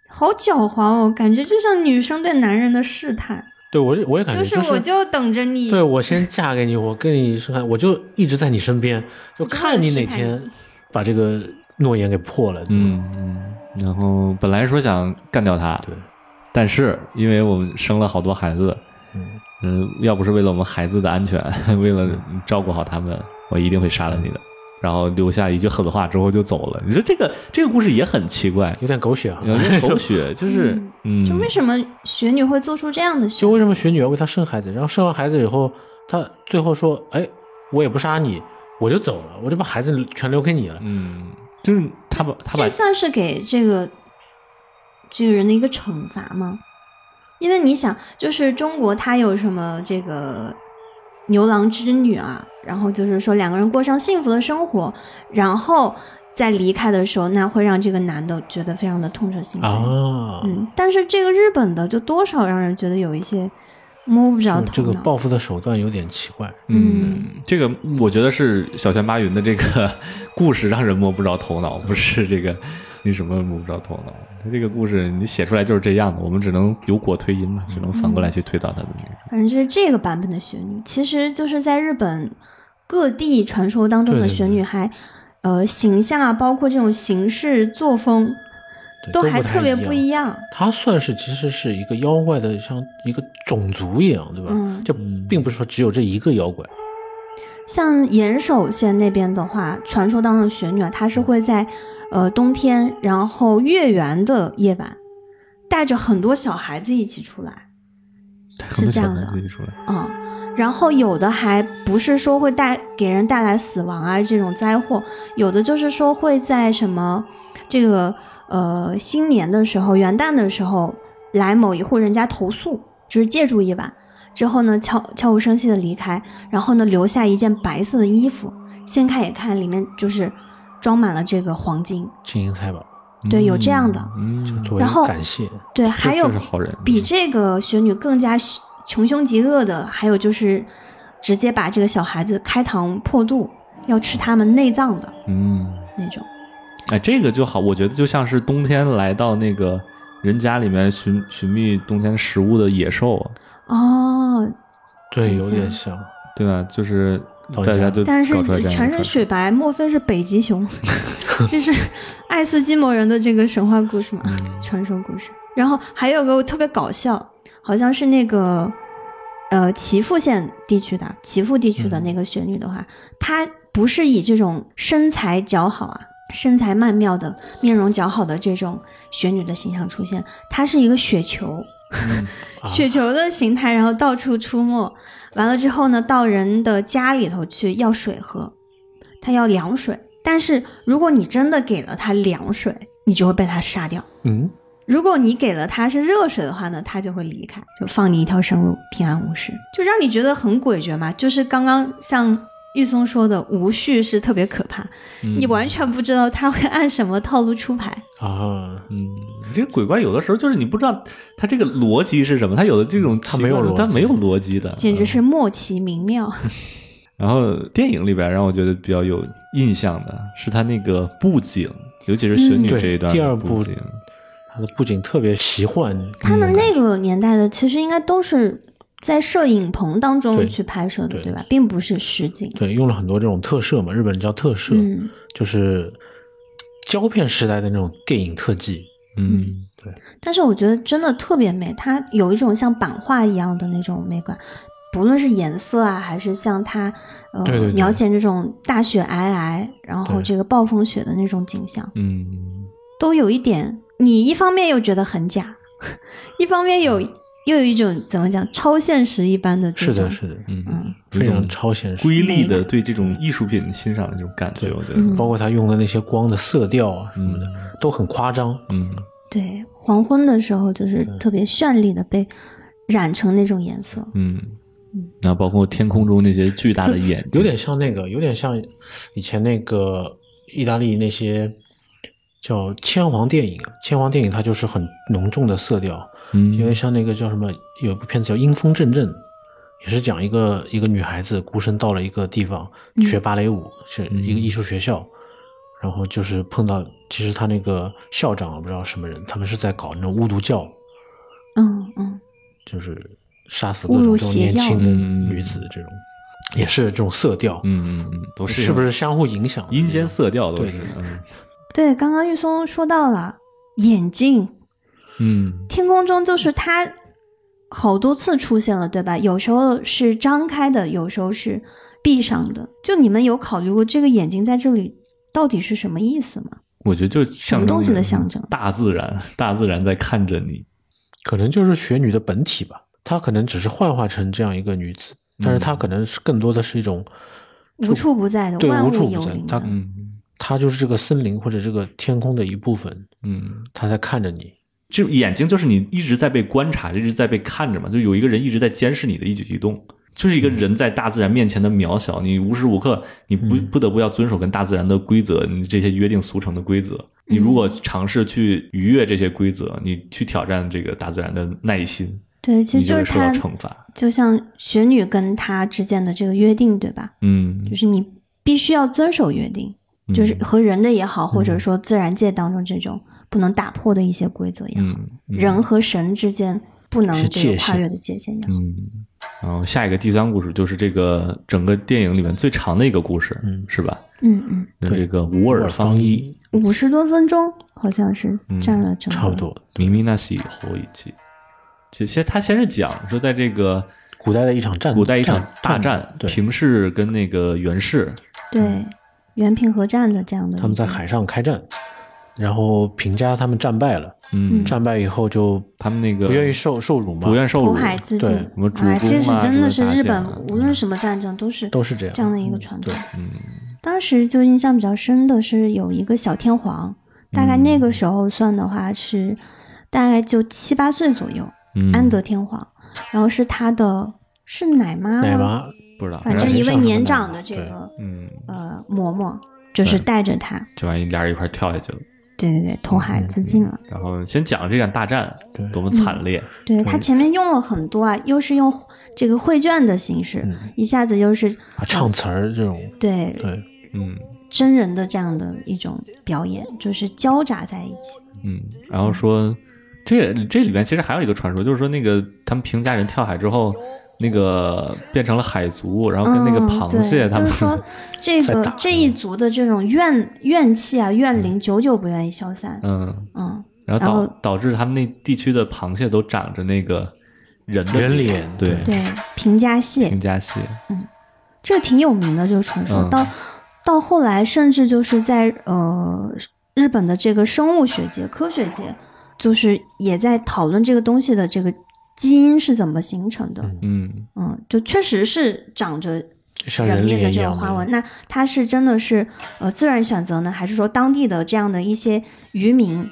Speaker 5: 好狡猾哦，感觉就像女生对男人的试探，
Speaker 4: 对我也我也感觉
Speaker 5: 就是我就等着你，
Speaker 4: 哎对我先嫁给你，我跟你说，我就一直在你身边，就看你哪天把这个诺言给破了。对吧，
Speaker 1: 嗯嗯。然后本来说想干掉她，
Speaker 4: 对，
Speaker 1: 但是因为我们生了好多孩子，
Speaker 4: 嗯，
Speaker 1: 嗯，要不是为了我们孩子的安全， 为了照顾好他们，我一定会杀了你的。然后留下一句狠话之后就走了。你说这个这个故事也很奇怪，
Speaker 4: 有点狗血啊。
Speaker 1: 有点狗血， 就是嗯，
Speaker 5: 就为什么雪女会做出这样的
Speaker 4: 就
Speaker 5: 选
Speaker 4: 为
Speaker 5: 择？
Speaker 4: 什么雪女要为他生孩子，然后生完孩子以后，他最后说：“哎，我也不杀你，我就走了，我就把孩子全留给你了。
Speaker 1: 嗯，就是他把他把
Speaker 5: 这算是给这个这个人的一个惩罚吗？因为你想，就是中国它有什么这个牛郎织女啊，然后就是说两个人过上幸福的生活，然后在离开的时候，那会让这个男的觉得非常的痛彻心扉。
Speaker 4: 啊，
Speaker 5: 嗯，但是这个日本的就多少让人觉得有一些摸不着头
Speaker 4: 嗯
Speaker 5: 脑。
Speaker 4: 这个报复的手段有点奇怪。
Speaker 1: 嗯，这个我觉得是小泉八云的这个故事让人摸不着头脑，不是这个你什么摸不着头脑。他这个故事你写出来就是这样的，我们只能有果推因嘛，只能反过来去推导他的那个。
Speaker 5: 反正就是这个版本的雪女，其实就是在日本各地传说当中的
Speaker 4: 对对
Speaker 5: 雪女还，呃形象啊，包括这种行事作风，
Speaker 4: 对
Speaker 5: 都
Speaker 4: 都
Speaker 5: 还
Speaker 4: 不太
Speaker 5: 特别
Speaker 4: 一
Speaker 5: 不
Speaker 4: 样
Speaker 5: 一样。
Speaker 4: 他算是其实是一个妖怪的，像一个种族一样，对吧？
Speaker 5: 嗯
Speaker 4: 就并不是说只有这一个妖怪。
Speaker 5: 像岩手县那边的话，传说当中的
Speaker 4: 嗯
Speaker 5: 雪女啊，她是会在呃冬天，然后月圆的夜晚。带着很多小孩子一起出来。
Speaker 1: 很多
Speaker 5: 这
Speaker 1: 小
Speaker 5: 样
Speaker 1: 孩
Speaker 5: 的
Speaker 1: 子一出来，
Speaker 5: 嗯，然后有的还不是说会带给人带来死亡啊这种灾祸，有的就是说会在什么这个呃新年的时候、元旦的时候来某一户人家投宿，就是借住一晚，之后呢悄悄无声息的离开，然后呢留下一件白色的衣服，掀开一看，里面就是装满了这个黄金。
Speaker 4: 金银财宝，
Speaker 5: 对有这样的
Speaker 1: 嗯，
Speaker 4: 就
Speaker 1: 嗯，
Speaker 4: 作为
Speaker 5: 然后
Speaker 4: 感谢。
Speaker 5: 对，还有
Speaker 1: 是好人，嗯
Speaker 5: 比这个雪女更加凶穷凶极恶的，还有就是直接把这个小孩子开膛破肚，要吃他们内脏的
Speaker 1: 嗯，
Speaker 5: 那种。
Speaker 1: 哎，这个就好，我觉得就像是冬天来到那个人家里面寻寻觅冬天食物的野兽啊，
Speaker 5: 哦，
Speaker 4: 对，
Speaker 5: 感
Speaker 4: 有点
Speaker 5: 谢
Speaker 4: 像。
Speaker 1: 对吧？就是
Speaker 4: 搞一
Speaker 1: 大
Speaker 4: 下
Speaker 1: 家就搞
Speaker 5: 但是
Speaker 1: 出来这样
Speaker 5: 全
Speaker 1: 的
Speaker 5: 是
Speaker 1: 传说。
Speaker 5: 雪白，莫非是北极 熊？这是爱斯基摩人的这个神话故事嘛，
Speaker 1: 嗯
Speaker 5: 传说故事。然后还有个特别搞笑，好像是那个呃岐阜县地区的岐阜地区的
Speaker 1: 嗯
Speaker 5: 那个雪女的话，她不是以这种身材姣好啊。身材曼妙的、面容姣好的这种雪女的形象出现，她是一个雪球，
Speaker 1: 嗯
Speaker 4: 啊
Speaker 5: 雪球的形态，然后到处出没。完了之后呢，到人的家里头去要水喝，他要凉水。但是如果你真的给了他凉水，你就会被他杀掉；
Speaker 4: 嗯，
Speaker 5: 如果你给了他是热水的话呢，他就会离开，就放你一条生路，平安无事。就让你觉得很诡谲嘛。就是刚刚像玉松说的，无序是特别可怕，
Speaker 1: 嗯
Speaker 5: 你完全不知道他会按什么套路出牌。
Speaker 4: 啊，
Speaker 1: 嗯，这个鬼怪有的时候就是你不知道它这个逻辑是什么，它有的这种
Speaker 4: 嗯它
Speaker 1: 奇
Speaker 4: 没有
Speaker 1: 怪的
Speaker 4: 逻
Speaker 1: 它
Speaker 4: 辑
Speaker 1: 没有逻辑的，
Speaker 5: 简直
Speaker 1: 嗯
Speaker 5: 是莫其名妙。
Speaker 1: 然后电影里边让我觉得比较有印象的是他那个布景，尤其是雪女
Speaker 4: 嗯对
Speaker 1: 这一段
Speaker 4: 第二
Speaker 1: 的
Speaker 4: 部
Speaker 1: 景，
Speaker 4: 它的布景特别奇幻。
Speaker 5: 他们那个年代的其实应该都是在摄影棚当中
Speaker 4: 对
Speaker 5: 去拍摄的，
Speaker 4: 对
Speaker 5: 对吧？并不是实景。
Speaker 4: 对，用了很多这种特摄嘛，日本人叫特摄，
Speaker 5: 嗯，
Speaker 4: 就是胶片时代的那种电影特技。
Speaker 1: 嗯，
Speaker 5: 但是我觉得真的特别美，它有一种像版画一样的那种美感，不论是颜色啊，还是像它呃
Speaker 4: 对对对
Speaker 5: 描写这种大雪皑皑，然后
Speaker 4: 对
Speaker 5: 这个暴风雪的那种景象，
Speaker 1: 嗯，
Speaker 5: 都有一点，你一方面又觉得很假， 一方面有又有一种怎么讲超现实一般的这
Speaker 4: 嗯是
Speaker 5: 种
Speaker 4: 的，是的，
Speaker 1: 嗯，有
Speaker 4: 非
Speaker 1: 一
Speaker 4: 常
Speaker 1: 种
Speaker 4: 超现实。
Speaker 1: 瑰丽的对这种艺术品欣赏的这种感觉，
Speaker 4: 对
Speaker 1: 我觉得，
Speaker 5: 嗯
Speaker 4: 包括他用的那些光的色调啊什么的，都很夸张。
Speaker 1: 嗯，
Speaker 5: 对，黄昏的时候就是特别绚丽的被染成那种颜色。
Speaker 1: 嗯，然后包括天空中那些巨大的眼睛，
Speaker 4: 有点像那个，有点像以前那个意大利那些叫千皇电影啊，千皇电影它就是很浓重的色调，
Speaker 1: 嗯，
Speaker 4: 有点像那个叫什么，有一部片子叫《阴风阵阵》，也是讲一个一个女孩子孤身到了一个地方
Speaker 1: 嗯
Speaker 4: 学芭蕾舞，是一个艺术学校，然后就是碰到，其实他那个校长啊不知道什么人，他们是在搞那种巫毒教，
Speaker 5: 嗯嗯，
Speaker 4: 就是杀死各
Speaker 5: 侮
Speaker 4: 种
Speaker 5: 辱
Speaker 4: 这种
Speaker 5: 邪
Speaker 4: 年
Speaker 5: 教
Speaker 4: 轻的
Speaker 1: 嗯
Speaker 4: 女子，这种也是这种色调，
Speaker 1: 嗯，嗯嗯，都是
Speaker 4: 是不是相互影响的
Speaker 1: 阴
Speaker 4: 这
Speaker 1: 间
Speaker 4: 种
Speaker 1: 色调都
Speaker 4: 对
Speaker 1: 是，嗯
Speaker 5: 对，刚刚玉松说到了眼镜，
Speaker 1: 嗯
Speaker 5: 天空中就是它好多次出现了，对吧？有时候是张开的，有时候是闭上的。就你们有考虑过这个眼睛在这里到底是什么意思吗？
Speaker 1: 我觉得就是
Speaker 5: 什么东西的象征
Speaker 1: 大自然，大自然在看着你，
Speaker 4: 可能就是雪女的本体吧。她可能只是幻化成这样一个女子，但
Speaker 1: 嗯
Speaker 4: 是她可能是更多的是一种
Speaker 5: 无处不在的，
Speaker 4: 对
Speaker 5: 万
Speaker 4: 无处
Speaker 5: 物
Speaker 4: 不
Speaker 5: 有
Speaker 4: 在
Speaker 5: 灵
Speaker 4: 它
Speaker 5: 的。
Speaker 1: 嗯
Speaker 4: 她就是这个森林或者这个天空的一部分，
Speaker 1: 嗯。
Speaker 4: 她在看着你。
Speaker 1: 就眼睛就是你一直在被观察，一直在被看着嘛，就有一个人一直在监视你的一举一动，就是一个人在大自然面前的渺小，你无时无刻你不不得不要遵守跟大自然的规则，你这些约定俗成的规则，你如果尝试去逾越这些规则，你去挑战这个大自然的耐心，
Speaker 5: 对，其
Speaker 1: 你
Speaker 5: 实
Speaker 1: 就
Speaker 5: 就
Speaker 1: 会
Speaker 5: 是
Speaker 1: 受到
Speaker 5: 它，
Speaker 1: 惩罚。
Speaker 5: 就像雪女跟她之间的这个约定，对吧？
Speaker 1: 嗯
Speaker 5: 就，是你必须要遵守约定，
Speaker 4: 嗯
Speaker 5: 就是和人的也好，或者说自然界当中这种不能打破的一些规则也好，
Speaker 1: 嗯嗯
Speaker 5: 人和神之间不能
Speaker 4: 是
Speaker 5: 这
Speaker 4: 界
Speaker 5: 个跨
Speaker 4: 限
Speaker 5: 越的界限也好。
Speaker 1: 嗯，然后下一个第三故事就是这个整个电影里面最长的一个故事，
Speaker 4: 嗯
Speaker 1: 是吧？
Speaker 5: 嗯
Speaker 1: 就是这个无
Speaker 4: 乌
Speaker 1: 耳方一。
Speaker 5: 嗯，五十多分钟好像是占了整
Speaker 4: 嗯
Speaker 5: 个，
Speaker 4: 差不多，
Speaker 1: 明明那是以后一集。其实他先是讲说，在这个
Speaker 4: 古代的一嗯场战，
Speaker 1: 古代一场大战
Speaker 4: 战，，对，
Speaker 1: 平氏跟那个源氏，
Speaker 4: 嗯
Speaker 5: 对，原平和战的这样的一个，
Speaker 4: 他们在海上开战，然后平家他们战败了，
Speaker 1: 嗯，
Speaker 4: 战败以后就
Speaker 1: 他们那个
Speaker 4: 不愿意受受辱嘛，
Speaker 1: 不愿受
Speaker 5: 苦
Speaker 1: 辱，
Speaker 5: 海自
Speaker 4: 对
Speaker 5: 尽
Speaker 1: 什么，主
Speaker 5: 哎，
Speaker 1: 公
Speaker 5: 这是
Speaker 1: 啊
Speaker 5: 真的是
Speaker 1: 什么
Speaker 5: 日
Speaker 1: 打
Speaker 5: 本
Speaker 1: 架啊
Speaker 5: 无论什么战争都是
Speaker 4: 都是这样
Speaker 5: 这样的一个传统
Speaker 4: 对。
Speaker 1: 嗯
Speaker 5: 当时就印象比较深的是有一个小天皇，大概那个时候算的话是大概就七八岁左右，
Speaker 1: 嗯
Speaker 5: 安德天皇，然后是他的是奶妈
Speaker 4: 奶
Speaker 5: 吗？
Speaker 4: 妈
Speaker 1: 不知道，
Speaker 5: 反
Speaker 1: 正
Speaker 5: 正一位
Speaker 4: 上什么
Speaker 5: 年
Speaker 4: 奶
Speaker 5: 长
Speaker 4: 妈
Speaker 5: 的这
Speaker 4: 对
Speaker 5: 个
Speaker 1: 嗯，
Speaker 5: 呃嬷嬷，就是带着他，
Speaker 1: 这玩意俩人一块儿跳下去了。
Speaker 5: 对对对，投海自尽了。
Speaker 1: 然后先讲这场大战
Speaker 4: 对
Speaker 1: 多么惨烈，
Speaker 5: 对他前面用了很多啊，又是用这个绘卷的形式，一下子又是
Speaker 4: 啊唱词儿这种，
Speaker 5: 对
Speaker 4: 对，
Speaker 1: 嗯
Speaker 5: 真人的这样的一种表演，就是交杂在一起。
Speaker 1: 嗯，然后说这这里面其实还有一个传说，就是说那个他们平家人跳海之后，那个变成了海族，然后哦跟那个
Speaker 5: 嗯
Speaker 1: 螃
Speaker 5: 对
Speaker 1: 蟹他
Speaker 5: 就
Speaker 1: 们嗯
Speaker 5: 是说这
Speaker 4: 在
Speaker 5: 个
Speaker 4: 打
Speaker 5: 这一族的这种怨怨气啊、怨灵久久不愿意消散。
Speaker 1: 嗯，
Speaker 5: 嗯，
Speaker 1: 然后
Speaker 5: 然
Speaker 1: 导
Speaker 5: 后
Speaker 1: 导致他们那地区的螃蟹都长着那个人的
Speaker 4: 人
Speaker 1: 脸，
Speaker 4: 脸
Speaker 1: 对，
Speaker 5: 对，平家
Speaker 1: 平
Speaker 5: 蟹
Speaker 1: 家蟹，
Speaker 5: 这挺有名的，这个传说
Speaker 1: 嗯
Speaker 5: 到到后来，甚至就是在呃日本的这个生物学界、科学界，就是也在讨论这个东西的这个基因是怎么形成的。
Speaker 1: 嗯
Speaker 5: 嗯，就确实是长着
Speaker 4: 像
Speaker 5: 人面
Speaker 4: 脸
Speaker 5: 的
Speaker 4: 一
Speaker 5: 这种
Speaker 4: 样
Speaker 5: 花纹。那它是真的是呃自然选择呢，还是说当地的这样的一些渔民，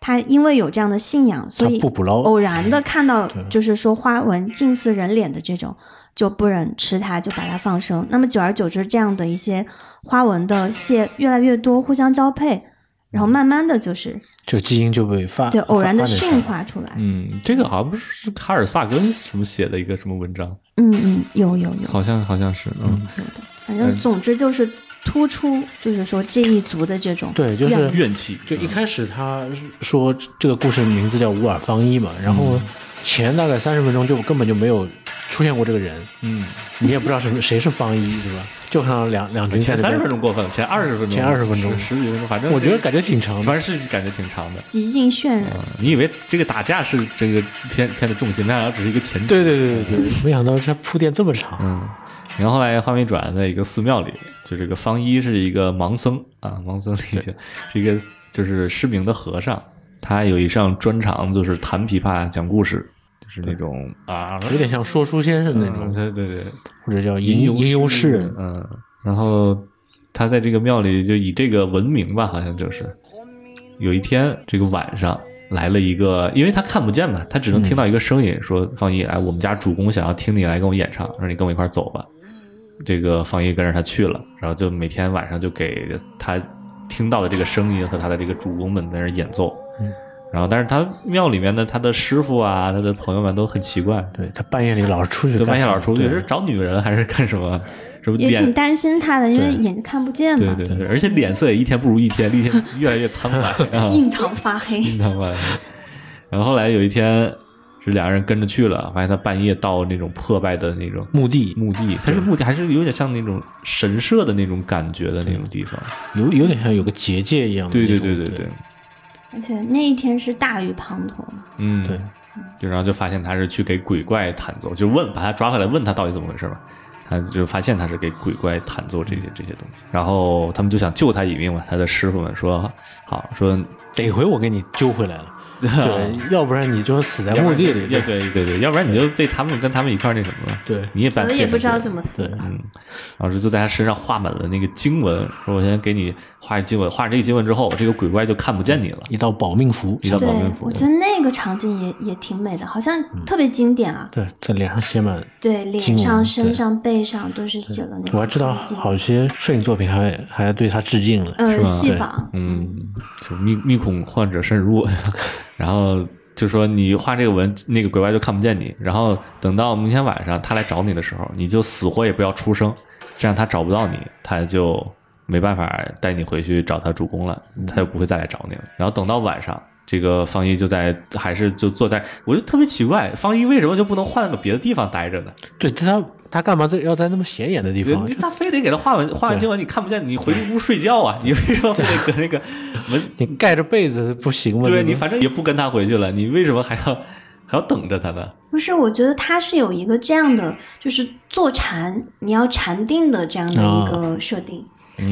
Speaker 5: 他因为有这样的信仰，所
Speaker 4: 他
Speaker 5: 以
Speaker 4: 不捕捞，
Speaker 5: 偶然的看到
Speaker 4: 对
Speaker 5: 就是说花纹近似人脸的这种，就不忍吃它，就把它放生。那么久而久之，这样的一些花纹的蟹越来越多，互相交配，然后慢慢的就是
Speaker 4: 就基因就被嗯发
Speaker 5: 对偶然的
Speaker 4: 发展
Speaker 5: 驯
Speaker 4: 出来
Speaker 5: 化出来。
Speaker 1: 嗯，这个好像不是卡尔萨根什么写的一个什么文章，
Speaker 5: 嗯嗯，有有有。
Speaker 1: 好像好像是，嗯，
Speaker 5: 有的，反正总之就是突出，就是说这一族的这种
Speaker 4: 对，就是
Speaker 1: 怨气，
Speaker 4: 嗯就一开始他说这个故事名字叫《乌尔芳一》嘛，然后前大概三十分钟就根本就没有出现过这个人，
Speaker 1: 嗯，
Speaker 4: 你也不知道什么谁是芳一，对吧？就看到两两群在
Speaker 1: 前
Speaker 4: 那
Speaker 1: 三十
Speaker 4: 边
Speaker 1: 分钟过分，前二十分钟，
Speaker 4: 前20分钟
Speaker 1: 十十几分钟，反正
Speaker 4: 我觉得感觉挺长的。
Speaker 1: 反正是感觉挺长的。
Speaker 5: 极尽渲染。
Speaker 1: 嗯，你以为这个打架是这个片片的重心，没想到只是一个前提。
Speaker 4: 对对对对对，没想到它铺垫这么长。
Speaker 1: 嗯，然后后来画面转在一个寺庙里，就这个方一是一个盲僧啊，盲僧理解是一个就是失明的和尚，他有一项专长就是弹琵琶讲故事，就是那种啊，
Speaker 4: 有点像说书先生那
Speaker 1: 嗯
Speaker 4: 种，
Speaker 1: 对对对，
Speaker 4: 或者叫吟吟游诗人，
Speaker 1: 嗯，然后他在这个庙里就以这个闻名吧，好像就是。有一天这个晚上来了一个，因为他看不见嘛，他只能听
Speaker 4: 嗯
Speaker 1: 到一个声音、说：“方一，哎，我们家主公想要听你来跟我演唱，让你跟我一块儿走吧。”这个方一跟着他去了，然后就每天晚上就给他听到的这个声音和他的这个主公们在那儿演奏。
Speaker 4: 嗯
Speaker 1: 然后，但是他庙里面的他的师傅啊，他的朋友们都很奇怪，
Speaker 4: 对他半夜里老是出去
Speaker 1: 就
Speaker 4: 干什么，
Speaker 1: 半夜老出去
Speaker 4: 对
Speaker 1: 是找女人还是干什么？什么
Speaker 5: 也
Speaker 1: 脸
Speaker 5: 挺担心他的，因为
Speaker 1: 对
Speaker 5: 眼睛看不见
Speaker 1: 对
Speaker 5: 嘛，
Speaker 1: 对对，而且脸色也一天不如一天，一天越来越苍 白啊，
Speaker 5: 印堂发
Speaker 4: 嗯
Speaker 5: 黑。
Speaker 1: 印堂白。然后后来有一天，是两个人跟着去了，发现他半夜到那种破败的那种
Speaker 4: 墓地，
Speaker 1: 墓地，他是墓地，还是有点像那种神社的那种感觉的那种地方。
Speaker 4: 有有点像有个结界一样的
Speaker 1: 对
Speaker 4: 那
Speaker 1: 对
Speaker 4: 种。
Speaker 1: 对
Speaker 4: 对
Speaker 1: 对对，
Speaker 5: 而且那一天是大雨滂沱嘛，
Speaker 1: 嗯，
Speaker 4: 对。
Speaker 1: 就然后就发现他是去给鬼怪弹奏，就问把他抓回来，问他到底怎么回事嘛。他就发现他是给鬼怪弹奏这些这些东西，然后他们就想救他一命嘛。他的师傅们说：“好，说
Speaker 4: 得亏我给你揪回来了， 对，要不然你就死在墓地里。
Speaker 1: 哎对
Speaker 4: 对
Speaker 1: 对对对，要不然你就被他们跟他们一块儿那什么了，
Speaker 4: 对
Speaker 1: 你也把
Speaker 5: 死了也不知道怎么死
Speaker 4: 对
Speaker 5: 的。
Speaker 1: 嗯，老师就在他身上画满了那个经文，说我先给你画经文，画上这个经文之后，这个鬼怪就看不见你了。
Speaker 4: 一道保命符，
Speaker 1: 一道
Speaker 5: 对
Speaker 1: 保命，符
Speaker 5: 我觉得那个场景也也挺美
Speaker 4: 嗯
Speaker 5: 的，好像特别经典啊。
Speaker 4: 对，在脸上写满。
Speaker 5: 对，
Speaker 4: 经文
Speaker 5: 脸上、身
Speaker 4: 对
Speaker 5: 上、背上都是写了那个。
Speaker 4: 我还知道好，些摄影作品还还要对他致敬了，
Speaker 5: 呃，
Speaker 4: 是吧？
Speaker 5: 戏仿。
Speaker 1: 嗯，就密密恐患者慎入， 然后就说你画这个文，那个鬼怪就看不见你。然后等到明天晚上他来找你的时候，你就死活也不要出声，这样他找不到你，他就没办法带你回去找他主公了，
Speaker 4: 嗯
Speaker 1: 他就不会再来找你了。然后等到晚上。这个方一就在，还是就坐在，我就特别奇怪，方一为什么就不能换个别的地方待着呢？
Speaker 4: 对，对他他干嘛在要在那么显眼的地方
Speaker 1: 你？他非得给他画完画完经文，你看不见，你回屋睡觉啊？你为什么非得搁那个门
Speaker 4: 你盖着被子不行吗？
Speaker 1: 对
Speaker 4: 那个
Speaker 1: 你反正也不跟他回去了，你为什么还要还要等着他呢？
Speaker 5: 不是，我觉得它是有一
Speaker 4: 啊
Speaker 5: 个这样的，就是坐禅，你要禅定的这样的一个设定。
Speaker 4: 嗯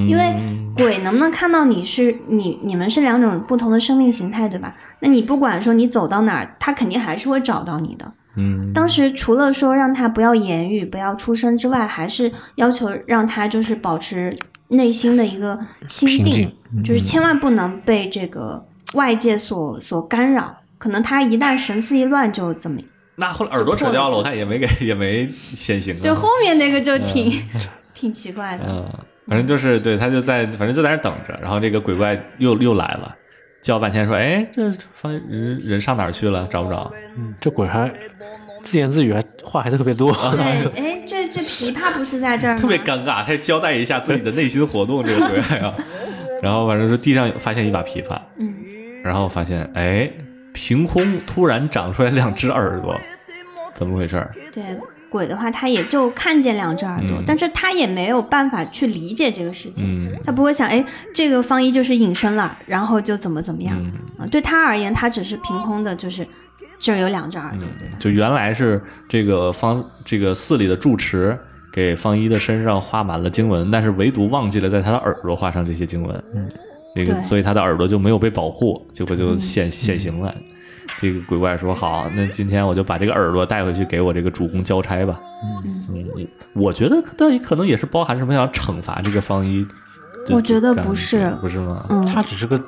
Speaker 5: 因为鬼能不能看到你是你你们是两种不同的生命形态，对吧？那你不管说你走到哪儿，他肯定还是会找到你的。
Speaker 1: 嗯，
Speaker 5: 当时除了说让他不要言语、不要出声之外，还是要求让他就是保持内心的一个心
Speaker 4: 平
Speaker 5: 定
Speaker 4: 静，嗯
Speaker 5: 就是千万不能被这个外界所所干扰。可能他一旦神思一乱，就怎么
Speaker 1: 那后来耳朵扯掉了，我看也没给，也没显形啊。
Speaker 5: 对后面那个就挺、 挺奇怪的。
Speaker 1: 嗯，反正就是对，他就在，反正就在那儿等着。然后这个鬼怪又又来了，叫半天说：“哎，这方人人上哪儿去了？找不着。
Speaker 4: 嗯这鬼还自言自语还，话还特别多。
Speaker 5: 对，哎，这这琵琶不是在这儿”吗？
Speaker 1: 特别尴尬，他还交代一下自己的内心活动。这个鬼怪啊，然后反正说地上发现一把琵琶，
Speaker 5: 嗯，
Speaker 1: 然后发现哎，凭空突然长出来两只耳朵，怎么回事儿？
Speaker 5: 对，鬼的话他也就看见两只耳朵，
Speaker 1: 嗯
Speaker 5: 但是他也没有办法去理解这个事情，
Speaker 1: 嗯
Speaker 5: 他不会想，哎，这个方一就是隐身了，然后就怎么怎么样、
Speaker 1: 嗯
Speaker 5: 啊？对他而言，他只是凭空的，就是这儿有两只耳朵，对吧？
Speaker 1: 就原来是这个方这个寺里的住持给方一的身上画满了经文，但是唯独忘记了在他的耳朵画上这些经文。嗯，这个
Speaker 5: 对嗯
Speaker 1: 所以他的耳朵就没有被保护，结果就显显形了。这个鬼怪说：“好，那今天我就把这个耳朵带回去给我这个主公交差吧。”嗯，我觉得他可能也是包含什么想惩罚这个方一。这
Speaker 5: 我觉得
Speaker 1: 这样
Speaker 5: 不是
Speaker 1: 的不是吗？
Speaker 5: 嗯，
Speaker 4: 他只是个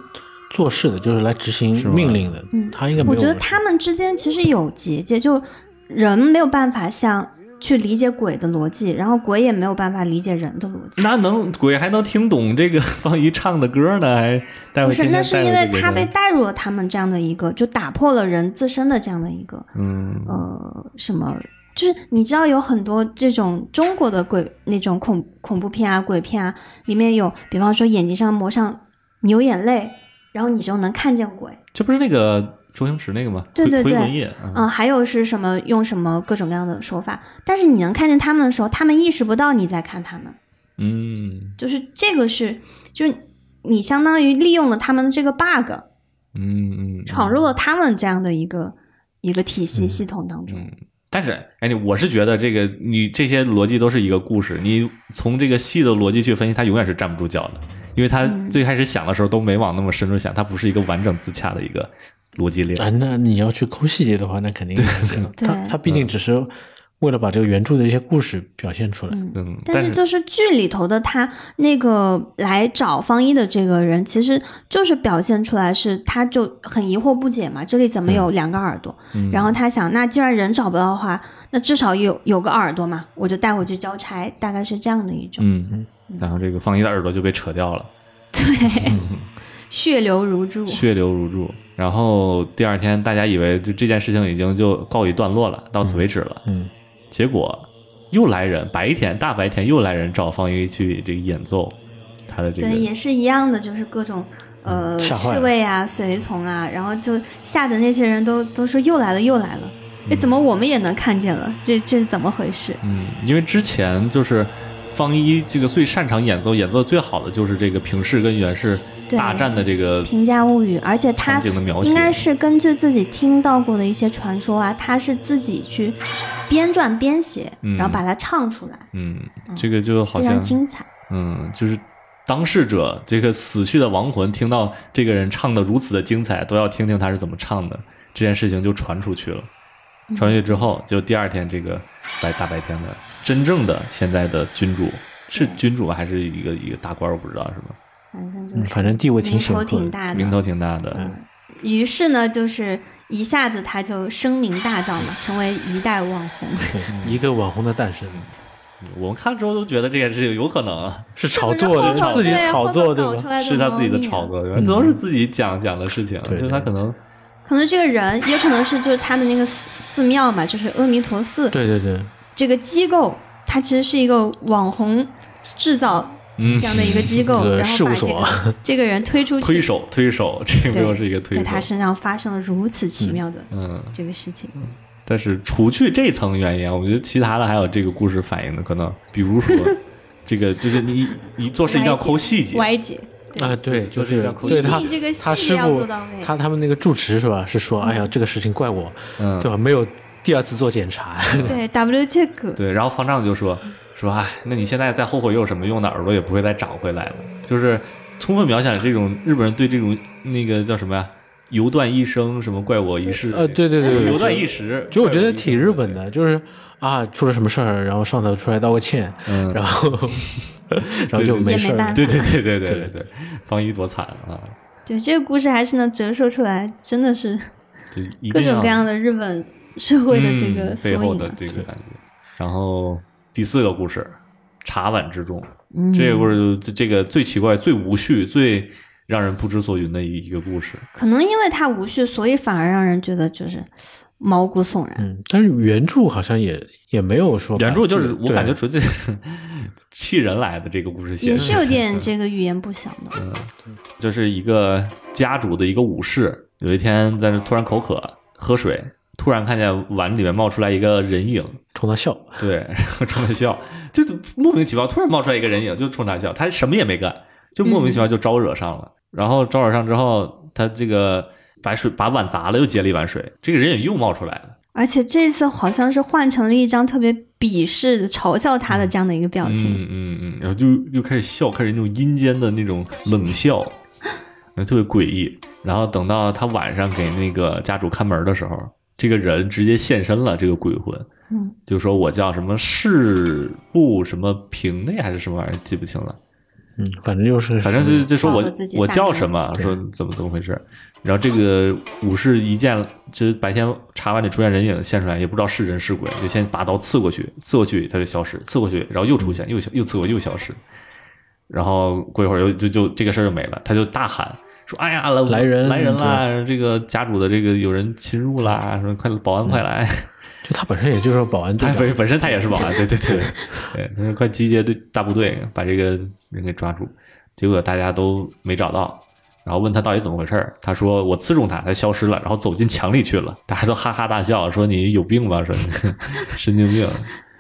Speaker 4: 做事的，就是来执
Speaker 1: 是
Speaker 4: 行
Speaker 1: 吗
Speaker 4: 命令的
Speaker 5: 嗯，
Speaker 4: 他应该没有。
Speaker 5: 我觉得他们之间其实有结界，就人没有办法像去理解鬼的逻辑，然后鬼也没有办法理解人的逻辑。
Speaker 1: 那能鬼还能听懂这个方一唱的歌呢？还带
Speaker 5: 不
Speaker 1: 回
Speaker 5: 是，
Speaker 1: 去
Speaker 5: 那是因为他被
Speaker 1: 被
Speaker 5: 带入了他们这样的一个，就打破了人自身的这样的一个
Speaker 1: 嗯
Speaker 5: 呃什么，就是你知道有很多这种中国的鬼那种恐恐怖片啊、鬼片啊，里面有比方说眼睛上抹上牛眼泪，然后你就能看见鬼。
Speaker 1: 这不是那个周星驰那个吗？
Speaker 5: 对对
Speaker 1: 回
Speaker 5: 对
Speaker 1: 回魂夜。
Speaker 5: 嗯，还有是什么用什么各种各样的手法，但是你能看见他们的时候，他们意识不到你在看他们，
Speaker 1: 嗯
Speaker 5: 就是这个是，就是你相当于利用了他们的这个 bug，
Speaker 1: 嗯嗯，嗯
Speaker 5: 闯入了他们这样的一个一个体系系统当中。
Speaker 1: 但是，哎，你我是觉得这个你这些逻辑都是一个故事，你从这个细的逻辑去分析，它永远是站不住脚的，因为它
Speaker 5: 嗯
Speaker 1: 最开始想的时候都没往那么深处想，它不是一个完整自洽的一个逻辑链。
Speaker 4: 啊，那你要去抠细节的话，那肯定是这样
Speaker 5: 对
Speaker 4: 他他毕竟只是为了把这个原著的一些故事表现出来。
Speaker 5: 嗯
Speaker 1: 嗯，
Speaker 5: 但是
Speaker 1: 是
Speaker 5: 就是剧里头的他那个来找方一的这个人，其实就是表现出来是他就很疑惑不解嘛，这里怎么有两个耳朵？
Speaker 1: 嗯
Speaker 5: 然后他想，那既然人找不到的话，那至少有有个耳朵嘛，我就带回去交差，大概是这样的一种、
Speaker 1: 嗯，然后这个方一的耳朵就被扯掉了。
Speaker 5: 血流如
Speaker 4: 嗯
Speaker 5: 注。
Speaker 1: 血流如注。然后第二天，大家以为就这件事情已经就告一段落了，到此为止了。
Speaker 4: 嗯，
Speaker 1: 结果又来人，白天大白天又来人找方一去这个演奏他的这个嗯
Speaker 5: 对，，也是一样的，就是各种呃
Speaker 4: 吓坏了
Speaker 5: 侍卫啊、随从啊，然后就吓得那些人都都说又来了又来了，哎，怎么我们也能看见了？这这是怎么回事？
Speaker 1: 嗯，因为之前就是方一这个最擅长演奏、演奏最好的就是这个平氏跟源氏
Speaker 5: 对
Speaker 1: 大战的这个
Speaker 5: 评价物语，而且他
Speaker 1: 场景的描写
Speaker 5: 应该是根据自己听到过的一些传说啊，他是自己去编撰编写，
Speaker 1: 嗯
Speaker 5: 然后把它唱出来，
Speaker 1: 嗯，这个就好
Speaker 5: 非
Speaker 1: 像
Speaker 5: 常精彩。
Speaker 1: 嗯，就是当事者这个死去的亡魂听到这个人唱的如此的精彩，都要听听他是怎么唱的。这件事情就传出去了，
Speaker 5: 嗯
Speaker 1: 传出去之后，就第二天这个白大白天的真正的现在的君主是君主吧还是一个一个大官，我不知道是吧？
Speaker 5: 反正就
Speaker 4: 嗯
Speaker 5: 是
Speaker 4: 反正地位挺
Speaker 5: 名
Speaker 4: 显
Speaker 5: 头
Speaker 4: 赫
Speaker 5: 挺
Speaker 4: 的。
Speaker 5: 大
Speaker 1: 名头
Speaker 5: 的。嗯
Speaker 1: 挺大的，
Speaker 5: 于是呢，就是一下子他就声名大噪嘛，成为一代网红。
Speaker 4: 对，
Speaker 1: 嗯
Speaker 4: 一个网红的诞生
Speaker 1: 我们看了之后都觉得这件事情有可能啊
Speaker 4: 是炒作的，
Speaker 5: 这不是
Speaker 4: 自己炒作对吧？
Speaker 5: 吧
Speaker 1: 是他自己
Speaker 5: 啊
Speaker 1: 的炒。作，对吧？都是自己讲讲的事情，
Speaker 4: 对
Speaker 1: 就是他可能
Speaker 5: 可能这个人也可能是就是他的那个寺寺庙嘛，就是阿弥陀寺
Speaker 4: 对对对，
Speaker 5: 这个机构，它其实是一个网红制造
Speaker 1: 嗯
Speaker 5: 这样的一个 机构，
Speaker 4: 嗯
Speaker 5: 然后把
Speaker 4: 事务
Speaker 5: 这
Speaker 4: 所
Speaker 5: 个这个人推出去，
Speaker 1: 推手推手，这个
Speaker 5: 对
Speaker 1: 又是一个推
Speaker 5: 在
Speaker 1: 手，
Speaker 5: 他身上发生了如此奇妙的
Speaker 1: 嗯。
Speaker 5: 这个事情。
Speaker 1: 但是除去这层原因，我觉得其他的还有这个故事反映的可能，比如说这个就是你你做事一定要抠细节，
Speaker 5: 歪解，
Speaker 4: 啊，对，
Speaker 1: 就
Speaker 4: 就是是
Speaker 1: 要
Speaker 5: 一
Speaker 4: 对他
Speaker 5: 定这个
Speaker 4: 他
Speaker 5: 细
Speaker 4: 师
Speaker 5: 节要
Speaker 4: 傅
Speaker 5: 做到位
Speaker 4: 他他们那个住持是吧？是说，哎呀，这个事情怪我，
Speaker 1: 嗯
Speaker 4: 对吧？没有第二次做检查，
Speaker 5: 对 W check，
Speaker 1: 对，然后方丈就说说，哎，那你现在再后悔又有什么用呢？耳朵也不会再长回来了。就是充分描写了这种日本人对这种那个叫什么呀，游断一生，什么怪我一世，
Speaker 4: 呃，对对对对，
Speaker 1: 游
Speaker 4: 对
Speaker 1: 断一时，
Speaker 4: 就我
Speaker 1: 怪
Speaker 4: 觉得
Speaker 1: 一
Speaker 4: 挺
Speaker 1: 生
Speaker 4: 日本的，就是啊，出了什么事儿，然后上头出来道个歉，
Speaker 1: 嗯
Speaker 4: 然后 然后就
Speaker 1: 对对
Speaker 5: 对
Speaker 4: 事
Speaker 5: 也没
Speaker 4: 儿
Speaker 5: 办
Speaker 4: 了
Speaker 5: 法。
Speaker 1: 对对对对对对对，方一多惨啊！
Speaker 5: 对这个故事还是能折射出来，真的是
Speaker 1: 就一
Speaker 5: 各
Speaker 1: 定
Speaker 5: 种
Speaker 1: 要
Speaker 5: 各样的日本社会的这个
Speaker 1: 嗯
Speaker 5: 缩
Speaker 1: 背后
Speaker 5: 影啊
Speaker 1: 的
Speaker 5: 吧。
Speaker 1: 这个感觉。然后第四个故事，茶碗之中，
Speaker 5: 嗯
Speaker 1: 这个故事就这这个最奇怪、最无序、最让人不知所云的一一个故事。
Speaker 5: 可能因为它无序，所以反而让人觉得就是毛骨悚然。
Speaker 4: 嗯，但是原著好像也也没有说把
Speaker 1: 原著就是
Speaker 4: 这个
Speaker 1: 我感觉
Speaker 4: 对
Speaker 1: 纯粹是 气人来的这个故事写
Speaker 5: 也是有
Speaker 1: 的，
Speaker 5: 点这个语言不详的，
Speaker 1: 就是一个家主的一个武士，有一天在那突然口渴喝水，突然看见碗里面冒出来一个人影，
Speaker 4: 冲他笑，
Speaker 1: 对， 然后冲他笑，就莫名其妙突然冒出来一个人影，就冲他笑，他什么也没干，就莫名其妙
Speaker 5: 嗯
Speaker 1: 就招惹上了。然后招惹上之后，他这个把水把碗砸了，又接了一碗水，这个人影又冒出来了。
Speaker 5: 而且这次好像是换成了一张特别鄙视的、嘲笑他的这样的一个表情。
Speaker 1: 嗯嗯嗯，然后就又开始笑，开始那种阴间的那种冷 笑，嗯特别诡异。然后等到他晚上给那个家主看门的时候，这个人直接现身了，这个鬼魂，
Speaker 5: 嗯，
Speaker 1: 就说我叫什么市部什么平内还是什么玩意儿，记不清了。
Speaker 4: 嗯，反正就是
Speaker 1: 反正就就说
Speaker 5: 报
Speaker 1: 我
Speaker 5: 了自己
Speaker 1: 我
Speaker 5: 大
Speaker 1: 叫
Speaker 5: 名
Speaker 1: 什么，
Speaker 4: 对
Speaker 1: 说怎么怎么回事。然后这个武士一见，这白天茶碗里出现人影现出来，也不知道是人是鬼，就先拔刀刺过去，刺过去他就消失，刺过去然后又出现，又消又刺过去又消失。然后过一会儿又就就这个事儿就没了，他就大喊说：“哎呀，来
Speaker 4: 来人
Speaker 1: 来人
Speaker 4: 对
Speaker 1: 啦！这个家主的这个有人侵入啦！说快保安快
Speaker 4: 嗯
Speaker 1: 来！”
Speaker 4: 就他本身也就是保安队
Speaker 1: 他
Speaker 4: 长
Speaker 1: 本本身他也是保安，对对 对，对，他说快集结队大部队把这个人给抓住，结果大家都没找到，然后问他到底怎么回事儿他说我刺中他，他消失了，然后走进墙里去了， 大家都哈哈大笑，说你有病吧，说 你神经病，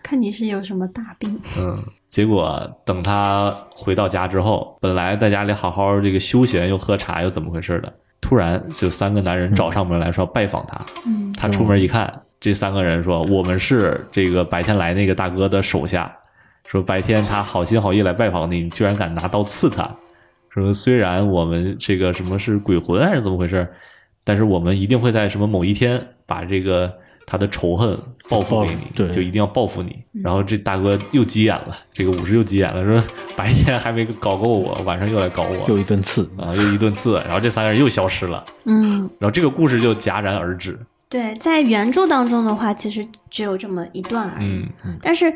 Speaker 5: 看你是有什么大病，
Speaker 1: 嗯。结果等他回到家之后，本来在家里好好这个休闲，又喝茶，又怎么回事的，突然就三个男人找上门来说要拜访他，
Speaker 5: 嗯，
Speaker 1: 他出门一看，这三个人说：“我们是这个白天来那个大哥的手下，说白天他好心好意来拜访你，你居然敢拿刀刺他。说虽然我们这个什么是鬼魂还是怎么回事，但是我们一定会在什么某一天把这个他的仇恨报复给你，
Speaker 4: 对
Speaker 1: 就一定要报复你。然后这大哥又急眼了，这个武士又急眼了，说白天还没搞够我，晚上又来搞我
Speaker 4: 又一顿刺，
Speaker 1: 啊，又一顿刺。然后这三个人又消失了，
Speaker 5: 嗯，
Speaker 1: 然后这个故事就戛然而止。
Speaker 5: 对，在原著当中的话，其实只有这么一段而已。
Speaker 1: 嗯嗯。
Speaker 5: 但是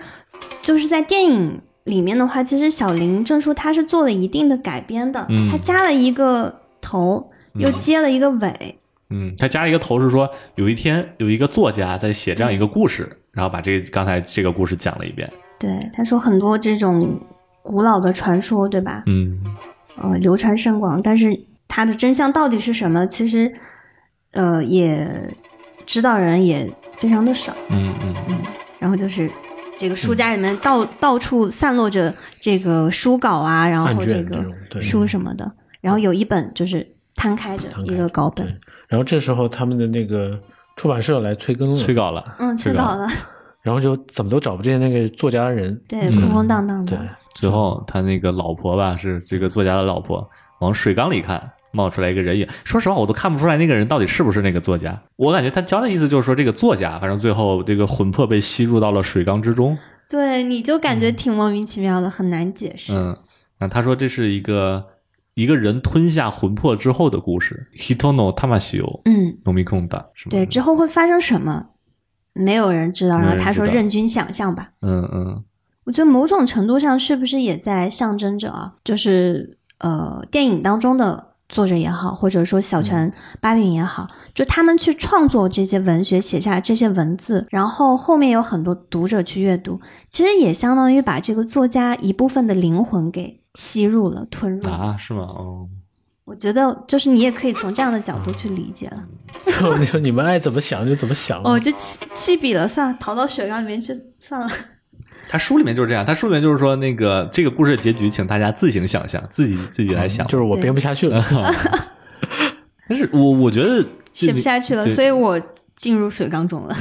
Speaker 5: 就是在电影里面的话，其实小林正书他是做了一定的改编的，
Speaker 1: 嗯
Speaker 5: 他加了一个头，又接了一个尾，
Speaker 1: 嗯，他加了一个头是说，有一天有一个作家在写这样一个故事，然后把这个刚才这个故事讲了一遍。
Speaker 5: 对，他说很多这种古老的传说，对吧？
Speaker 1: 嗯
Speaker 5: 呃，流传甚广，但是它的真相到底是什么？其实，呃，也知道人也非常的少。
Speaker 1: 嗯嗯
Speaker 5: 然后就是这个书架里面到、到处散落着这个书稿啊，然
Speaker 4: 案
Speaker 5: 后这
Speaker 4: 卷
Speaker 5: 个
Speaker 4: 这种对
Speaker 5: 书什么的，然后有一本就是摊开着
Speaker 4: 摊开
Speaker 5: 一个稿本
Speaker 4: 对，，然后这时候他们的那个出版社来催更了，
Speaker 1: 催稿了，
Speaker 5: 嗯，
Speaker 1: 催
Speaker 5: 知
Speaker 1: 稿
Speaker 5: 道。了，
Speaker 4: 然后就怎么都找不见那个作家的人，
Speaker 5: 对，
Speaker 1: 嗯
Speaker 5: 空空荡荡
Speaker 4: 对
Speaker 5: 的，，
Speaker 1: 最后他那个老婆吧，是这个作家的老婆，往水缸里看，冒出来一个人影。说实话，我都看不出来那个人到底是不是那个作家。我感觉他教的意思就是说，这个作家反正最后这个魂魄被吸入到了水缸之中。
Speaker 5: 对，你就感觉
Speaker 4: 嗯
Speaker 5: 挺莫名其妙的，很难解释。
Speaker 1: 嗯，那他说这是一个一个人吞下魂魄之后的故事。Hitono Tamashio
Speaker 5: 嗯，
Speaker 1: n o m i k o n d 是吗？
Speaker 5: 对，之后会发生什么，没有人知道。
Speaker 1: 嗯没
Speaker 5: 然
Speaker 1: 有
Speaker 5: 后
Speaker 1: 人
Speaker 5: 他说
Speaker 1: 知道
Speaker 5: 任君想象吧。
Speaker 1: 嗯嗯
Speaker 5: 我觉得某种程度上是不是也在象征着啊，就是呃，电影当中的作者也好，或者说小泉
Speaker 1: 嗯
Speaker 5: 八云也好，就他们去创作这些文学，写下这些文字，然后后面有很多读者去阅读，其实也相当于把这个作家一部分的灵魂给吸入了、吞入了。
Speaker 1: 啊，是吗？哦，
Speaker 5: 我觉得就是你也可以从这样的角度去理解
Speaker 1: 嗯
Speaker 5: 了。
Speaker 4: 你说你们爱怎么想就怎么想，
Speaker 5: 哦，就弃弃笔了，算了，逃到水缸里面去算了。
Speaker 1: 他书里面就是这样，他书里面就是说那个这个故事的结局，请大家自行想象，自己自己来
Speaker 5: 嗯
Speaker 1: 想。
Speaker 4: 就是我编不下去了，
Speaker 1: 但是我我觉得这
Speaker 5: 写不下去了，
Speaker 1: 对嗯
Speaker 5: 所以我进入水缸中了。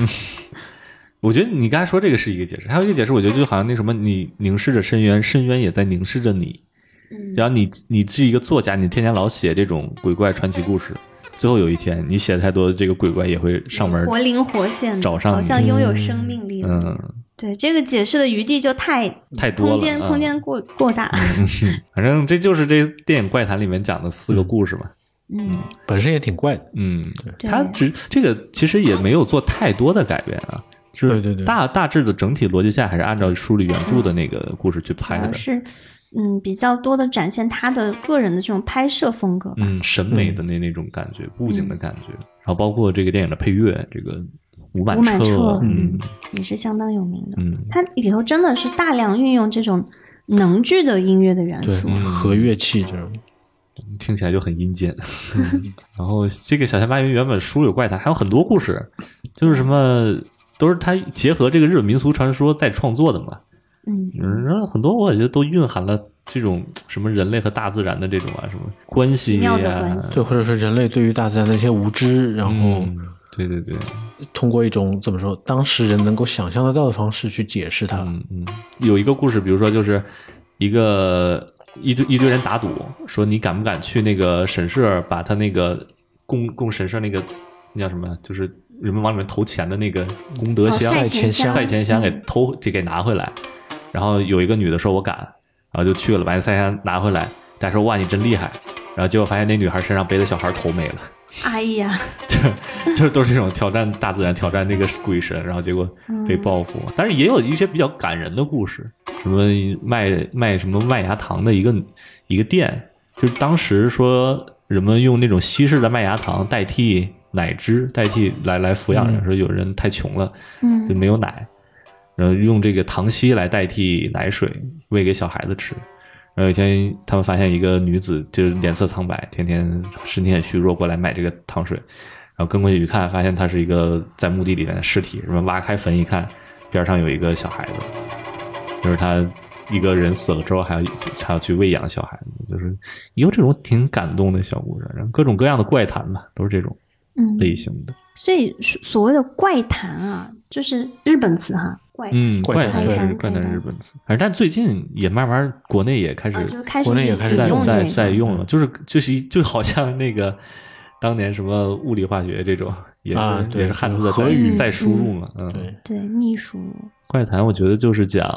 Speaker 1: 我觉得你刚才说这个是一个解释，还有一个解释，我觉得就好像那什么，你凝视着深渊，深渊也在凝视着你。
Speaker 5: 嗯
Speaker 1: 只要你你是一个作家，你天天老写这种鬼怪传奇故事，最后有一天你写的太多，这个鬼怪也会上门
Speaker 5: 活灵活现的，
Speaker 1: 找上
Speaker 5: 好
Speaker 1: 你
Speaker 5: 像拥有生命力了。
Speaker 1: 嗯，
Speaker 5: 对，这个解释的余地就太
Speaker 1: 太多了。啊
Speaker 5: 空间空间过过大。
Speaker 1: 嗯，反正这就是这电影怪谈里面讲的四个故事嘛。
Speaker 5: 嗯，
Speaker 4: 本身也挺怪的。
Speaker 1: 嗯，
Speaker 5: 对
Speaker 1: 它只这个其实也没有做太多的改变 啊。是
Speaker 4: 对对对
Speaker 1: 大大致的整体逻辑下还是按照书里原著的那个故事去拍
Speaker 5: 反
Speaker 1: 的
Speaker 5: 而。呃是嗯比较多的展现他的个人的这种拍摄风格吧。
Speaker 1: 嗯，审美的那那种感
Speaker 4: 嗯
Speaker 1: 觉，布景的感觉，然后包括这个电影的配乐，这个吴满
Speaker 5: 吴满
Speaker 1: 彻
Speaker 5: 彻，
Speaker 1: 嗯
Speaker 5: 也是相当有名的。
Speaker 1: 嗯
Speaker 5: 它里头真的是大量运用这种能剧的音乐的元
Speaker 4: 对
Speaker 5: 素。，
Speaker 4: 和乐器这
Speaker 1: 嗯
Speaker 4: 种，
Speaker 1: 听起来就很阴间。
Speaker 4: 嗯
Speaker 1: 然后这个小鲜巴云原本书有怪谈，还有很多故事，就是什么都是他结合这个日本民俗传说在创作的嘛。
Speaker 5: 嗯，
Speaker 1: 嗯，然后很多我感觉都蕴含了这种什么人类和大自然的这种啊什么关系
Speaker 5: 奇
Speaker 1: 呀、
Speaker 5: 妙的关系
Speaker 4: 对，或者是人类对于大自然的一些无知，然后
Speaker 1: 嗯，对对对，
Speaker 4: 通过一种怎么说，当事人能够想象得到的方式去解释它。
Speaker 1: 嗯，嗯，有一个故事，比如说就是一个一堆一堆人打赌，说你敢不敢去那个神社，把他那个供供神社那个那叫什么，就是人们往里面投钱的那个功德
Speaker 5: 哦
Speaker 1: 箱、
Speaker 5: 赛
Speaker 4: 前
Speaker 5: 箱，嗯
Speaker 1: 赛钱箱给偷给给拿回来。然后有一个女的说我敢，然后就去了，把那赛钱拿回来。大家说哇你真厉害，然后结果发现那女孩身上背的小孩头没了。
Speaker 5: 哎呀，
Speaker 1: 就是就是都是这种挑战大自然、挑战这个鬼神，然后结果被报复。但是也有一些比较感人的故事，什么卖卖什么麦芽糖的一个一个店，就是当时说人们用那种西式的麦芽糖代替奶汁，代替来来抚养人，
Speaker 4: 嗯
Speaker 1: 说有人太穷了
Speaker 5: 嗯
Speaker 1: 就没有奶，然后用这个糖稀来代替奶水喂给小孩子吃。然后有一天，他们发现一个女子就是脸色苍白，天天身体很虚弱，过来买这个糖水。然后跟过去一看，发现她是一个在墓地里面的尸体。什么挖开坟一看，边上有一个小孩子，就是他一个人死了之后还要还要去喂养小孩子，就是也有这种挺感动的小故事，然后各种各样的怪谈吧，都是这种
Speaker 5: 嗯，
Speaker 1: 类型的。
Speaker 5: 所以所所谓的怪谈啊，就是日本词哈，怪
Speaker 1: 嗯，
Speaker 4: 怪
Speaker 1: 怪
Speaker 4: 谈
Speaker 1: 谈
Speaker 4: 对
Speaker 1: 是
Speaker 5: 怪
Speaker 1: 怪
Speaker 5: 谈
Speaker 1: 谈日本词，反正但最近也慢慢国内也开始
Speaker 5: 啊，就是开始
Speaker 4: 国内也开始
Speaker 5: 引
Speaker 1: 在
Speaker 5: 用这
Speaker 1: 在
Speaker 5: 个
Speaker 1: 在用
Speaker 4: 嗯
Speaker 1: 了，就是就是一就好像那个当年什么物理化学这种，也是、
Speaker 4: 啊对
Speaker 1: 也是汉字的
Speaker 4: 和
Speaker 1: 在
Speaker 4: 语
Speaker 1: 在输入嘛。嗯，
Speaker 4: 对，
Speaker 5: 对逆数
Speaker 1: 怪谈我觉得就是讲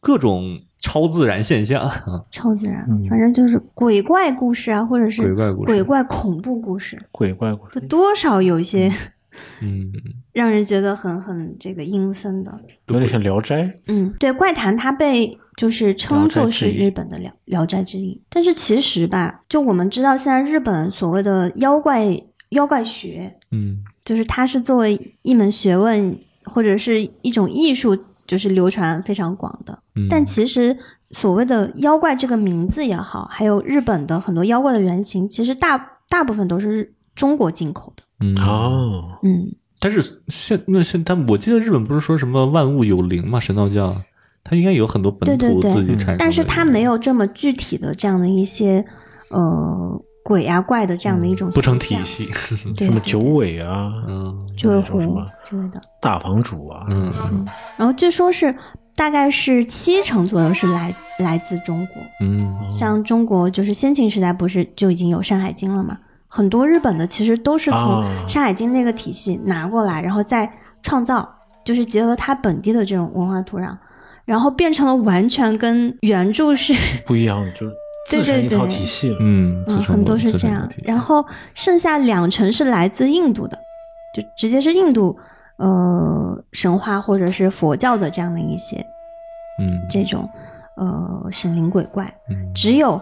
Speaker 1: 各种超自然现象，啊
Speaker 5: 超自然，
Speaker 4: 嗯
Speaker 5: 反正就是鬼怪故事啊，或者是
Speaker 1: 鬼怪故事
Speaker 5: 鬼怪恐怖故事，
Speaker 4: 鬼怪故事，
Speaker 5: 就多少有一些
Speaker 1: 嗯，
Speaker 5: 让人觉得很很这个阴森的。
Speaker 4: 有点像《聊斋》。
Speaker 5: 嗯，对，怪谈它被就是称作是
Speaker 4: 聊斋之一
Speaker 5: 日本的聊《聊斋之一》，但是其实吧，就我们知道现在日本所谓的妖怪妖怪学，
Speaker 1: 嗯
Speaker 5: 就是它是作为一门学问或者是一种艺术，就是流传非常广的。
Speaker 1: 嗯，
Speaker 5: 但其实所谓的妖怪这个名字也好，还有日本的很多妖怪的原型，其实大大部分都是日中国进口的。
Speaker 1: 嗯，
Speaker 4: 哦，
Speaker 5: 嗯，
Speaker 1: 但是现那现但我记得日本不是说什么万物有灵嘛，神道教。它应该有很多本
Speaker 5: 对
Speaker 1: 土
Speaker 5: 对对嗯
Speaker 1: 自己
Speaker 4: 嗯
Speaker 1: 产生的
Speaker 5: 但是它
Speaker 1: 这个
Speaker 5: 没有这么具体的这样的一些呃鬼呀、怪的这样的
Speaker 4: 嗯
Speaker 5: 一种
Speaker 1: 不成
Speaker 5: 形
Speaker 1: 体
Speaker 5: 象，
Speaker 1: 系，
Speaker 5: 对
Speaker 4: 什么
Speaker 5: 对
Speaker 4: 九尾啊，
Speaker 1: 嗯
Speaker 5: 九尾
Speaker 4: 那种
Speaker 5: 狐
Speaker 4: 什么
Speaker 5: 之类的。
Speaker 4: 大房主啊，
Speaker 1: 嗯
Speaker 5: 然后据说是大概是七成左右是来来自中国，
Speaker 1: 嗯
Speaker 5: 像中国就是先秦时代不是就已经有《山海经》了嘛？很多日本的其实都是从
Speaker 4: 啊
Speaker 5: 《山海经》那个体系拿过来，然后再创造，就是结合它本地的这种文化土壤，然后变成了完全跟原著是
Speaker 4: 不一样，就是
Speaker 5: 对
Speaker 4: 自成
Speaker 5: 对
Speaker 4: 一套
Speaker 5: 对
Speaker 4: 体系了。
Speaker 1: 嗯
Speaker 5: 嗯，很多是这样。然后剩下两成是来自印度的，就直接是印度呃神话或者是佛教的这样的一些
Speaker 1: 嗯
Speaker 5: 这种呃神灵鬼怪。
Speaker 1: 嗯
Speaker 5: 只有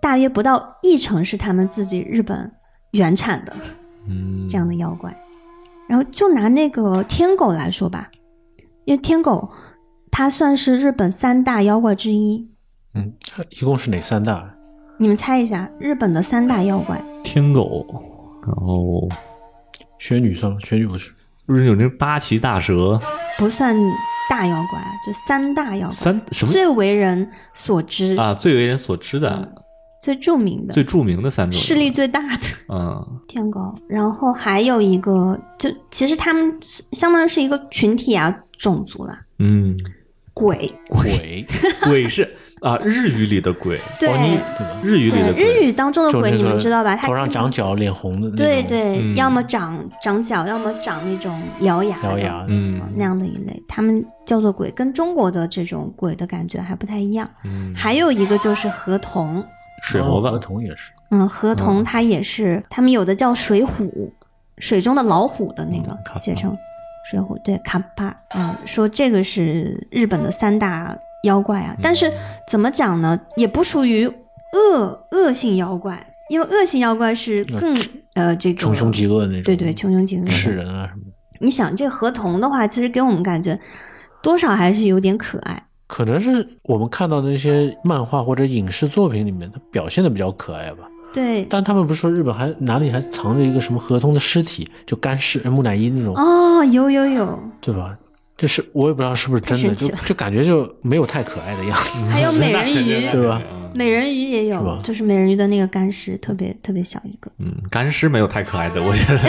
Speaker 5: 大约不到一成是他们自己日本原产的
Speaker 1: 嗯
Speaker 5: 这样的妖怪。然后就拿那个天狗来说吧，因为天狗它算是日本三大妖怪之一。
Speaker 4: 嗯，它一共是哪三大？
Speaker 5: 你们猜一下，日本的三大妖怪？
Speaker 1: 天狗，嗯然后
Speaker 4: 玄女算吗？玄女不是，
Speaker 1: 不是有那八岐大蛇
Speaker 5: 不算大妖怪，就三大妖怪
Speaker 1: 三什么
Speaker 5: 最为人所知
Speaker 1: 啊？最为人所知的
Speaker 5: 最著名的
Speaker 1: 最、著名的三种
Speaker 5: 嗯势力最大 的
Speaker 1: 嗯
Speaker 5: 天狗，然后还有一个，就其实他们是相当于是一个群体啊，种族啦、
Speaker 1: 嗯，
Speaker 5: 鬼，
Speaker 4: 鬼，
Speaker 1: 鬼是啊，日语里的鬼，
Speaker 5: 对、
Speaker 4: 王妮对吧？
Speaker 1: 日语里
Speaker 5: 对
Speaker 1: 的，
Speaker 5: 日
Speaker 1: 鬼，
Speaker 5: 语当中的
Speaker 4: 就
Speaker 5: 鬼
Speaker 4: 那
Speaker 5: 你们
Speaker 4: 个
Speaker 5: 知道吧？它
Speaker 4: 头
Speaker 5: 基
Speaker 4: 上
Speaker 5: 本
Speaker 4: 长角、脸红的那种，
Speaker 5: 对对，
Speaker 1: 嗯
Speaker 5: 要么长长角，要么长那种獠牙
Speaker 4: 獠
Speaker 5: 的
Speaker 4: 牙
Speaker 1: 嗯
Speaker 5: 那样的一类，他们叫做鬼，跟中国的这种鬼的感觉还不太一样。
Speaker 1: 嗯，
Speaker 5: 还有一个就是河童，
Speaker 1: 水猴
Speaker 4: 河
Speaker 1: 子，
Speaker 4: 童也是，
Speaker 5: 嗯，河童它也是，他们有的叫水虎，水中的老虎的
Speaker 4: 嗯
Speaker 5: 那个
Speaker 1: 卡巴
Speaker 5: 写成水虎，对，卡巴，嗯，说这个是日本的三大妖怪
Speaker 4: 嗯
Speaker 5: 啊，但是怎么讲呢，也不属于恶恶性妖怪，因为恶性妖怪是更呃这个
Speaker 4: 穷凶极恶的那种，
Speaker 5: 对对，穷凶极恶的
Speaker 4: 吃人啊什么的。
Speaker 5: 你想这河童的话，其实给我们感觉多少还是有点可爱，
Speaker 4: 可能是我们看到的那些漫画或者影视作品里面，它表现的比较可爱吧。
Speaker 5: 对，
Speaker 4: 但他们不是说日本还哪里还藏着一个什么河童的尸体，就干尸呃木乃伊那种，
Speaker 5: 哦，有有有，
Speaker 4: 对吧？就是我也不知道是不是真
Speaker 5: 太神
Speaker 4: 的，就
Speaker 5: 奇了
Speaker 4: 就感觉就没有太可爱的样子。
Speaker 5: 还 有美人鱼，
Speaker 4: 对吧？
Speaker 1: 嗯
Speaker 5: 美人鱼也
Speaker 4: 是吧
Speaker 5: 有，就是美人鱼的那个干尸特别特别小一个。
Speaker 1: 嗯，干尸没有太可爱的，我觉得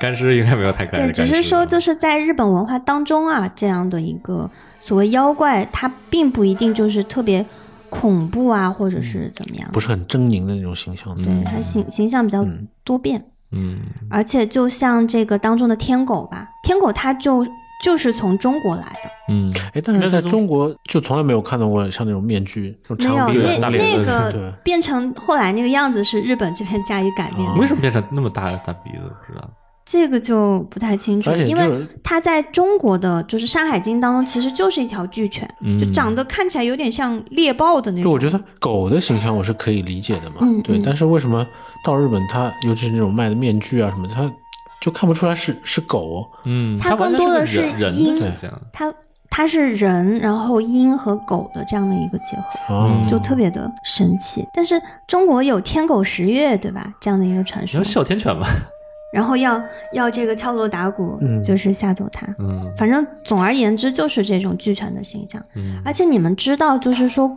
Speaker 1: 干尸应该没有太可爱
Speaker 5: 对，
Speaker 1: 的干尸。
Speaker 5: 只是
Speaker 4: 啊
Speaker 5: 说就是在日本文化当中啊，这样的一个所谓妖怪，它并不一定就是特别恐怖啊，或者是怎么样。
Speaker 4: 不是很狰狞的那种形象。
Speaker 5: 对，它
Speaker 4: 嗯
Speaker 5: 形形象比较多变，
Speaker 1: 嗯
Speaker 5: 而且就像这个当中的天狗吧，天狗它就就是从中国来的。
Speaker 1: 嗯，
Speaker 4: 哎，但是在中国就从来没有看到过像那种面具，那种
Speaker 5: 没
Speaker 4: 长
Speaker 5: 有
Speaker 4: 鼻子
Speaker 1: 对
Speaker 5: 那
Speaker 1: 大
Speaker 4: 大
Speaker 1: 脸
Speaker 4: 脸
Speaker 5: 那
Speaker 4: 的那种，
Speaker 5: 个
Speaker 4: 对，
Speaker 5: 变成后来那个样子是日本这边加以改变
Speaker 4: 哦
Speaker 5: 的，
Speaker 1: 为什么变成那么大的大鼻子？不知道。
Speaker 5: 这个就不太清楚，
Speaker 4: 而且
Speaker 5: 因
Speaker 4: 就
Speaker 5: 为
Speaker 4: 是
Speaker 5: 它在中国的就是《山海经》当中其实就是一条巨犬，
Speaker 1: 嗯
Speaker 5: 就长得看起来有点像猎豹的那
Speaker 4: 就
Speaker 5: 种。
Speaker 4: 我觉得狗的形象我是可以理解的嘛，
Speaker 5: 嗯
Speaker 4: 对
Speaker 5: 嗯。
Speaker 4: 但是为什么到日本它，尤其是那种卖的面具啊什么，它就看不出来是是狗，哦
Speaker 1: 嗯，
Speaker 5: 它
Speaker 1: 它完
Speaker 5: 更
Speaker 1: 全
Speaker 5: 多的
Speaker 1: 是个
Speaker 5: 是
Speaker 1: 人
Speaker 5: 鹰
Speaker 1: 人的形象。
Speaker 5: 它它是人，然后鹰和狗的这样的一个结合，
Speaker 4: 哦
Speaker 1: 嗯，
Speaker 5: 就特别的神奇。但是中国有天狗十月，对吧？这样的一个传
Speaker 1: 你
Speaker 5: 说
Speaker 1: 要，哮天犬吧？
Speaker 5: 然后要要这个敲锣打鼓，
Speaker 4: 嗯
Speaker 5: 就是吓走它。
Speaker 1: 嗯
Speaker 5: 反正总而言之，就是这种巨犬的形象。
Speaker 1: 嗯
Speaker 5: 而，且你们知道，就是说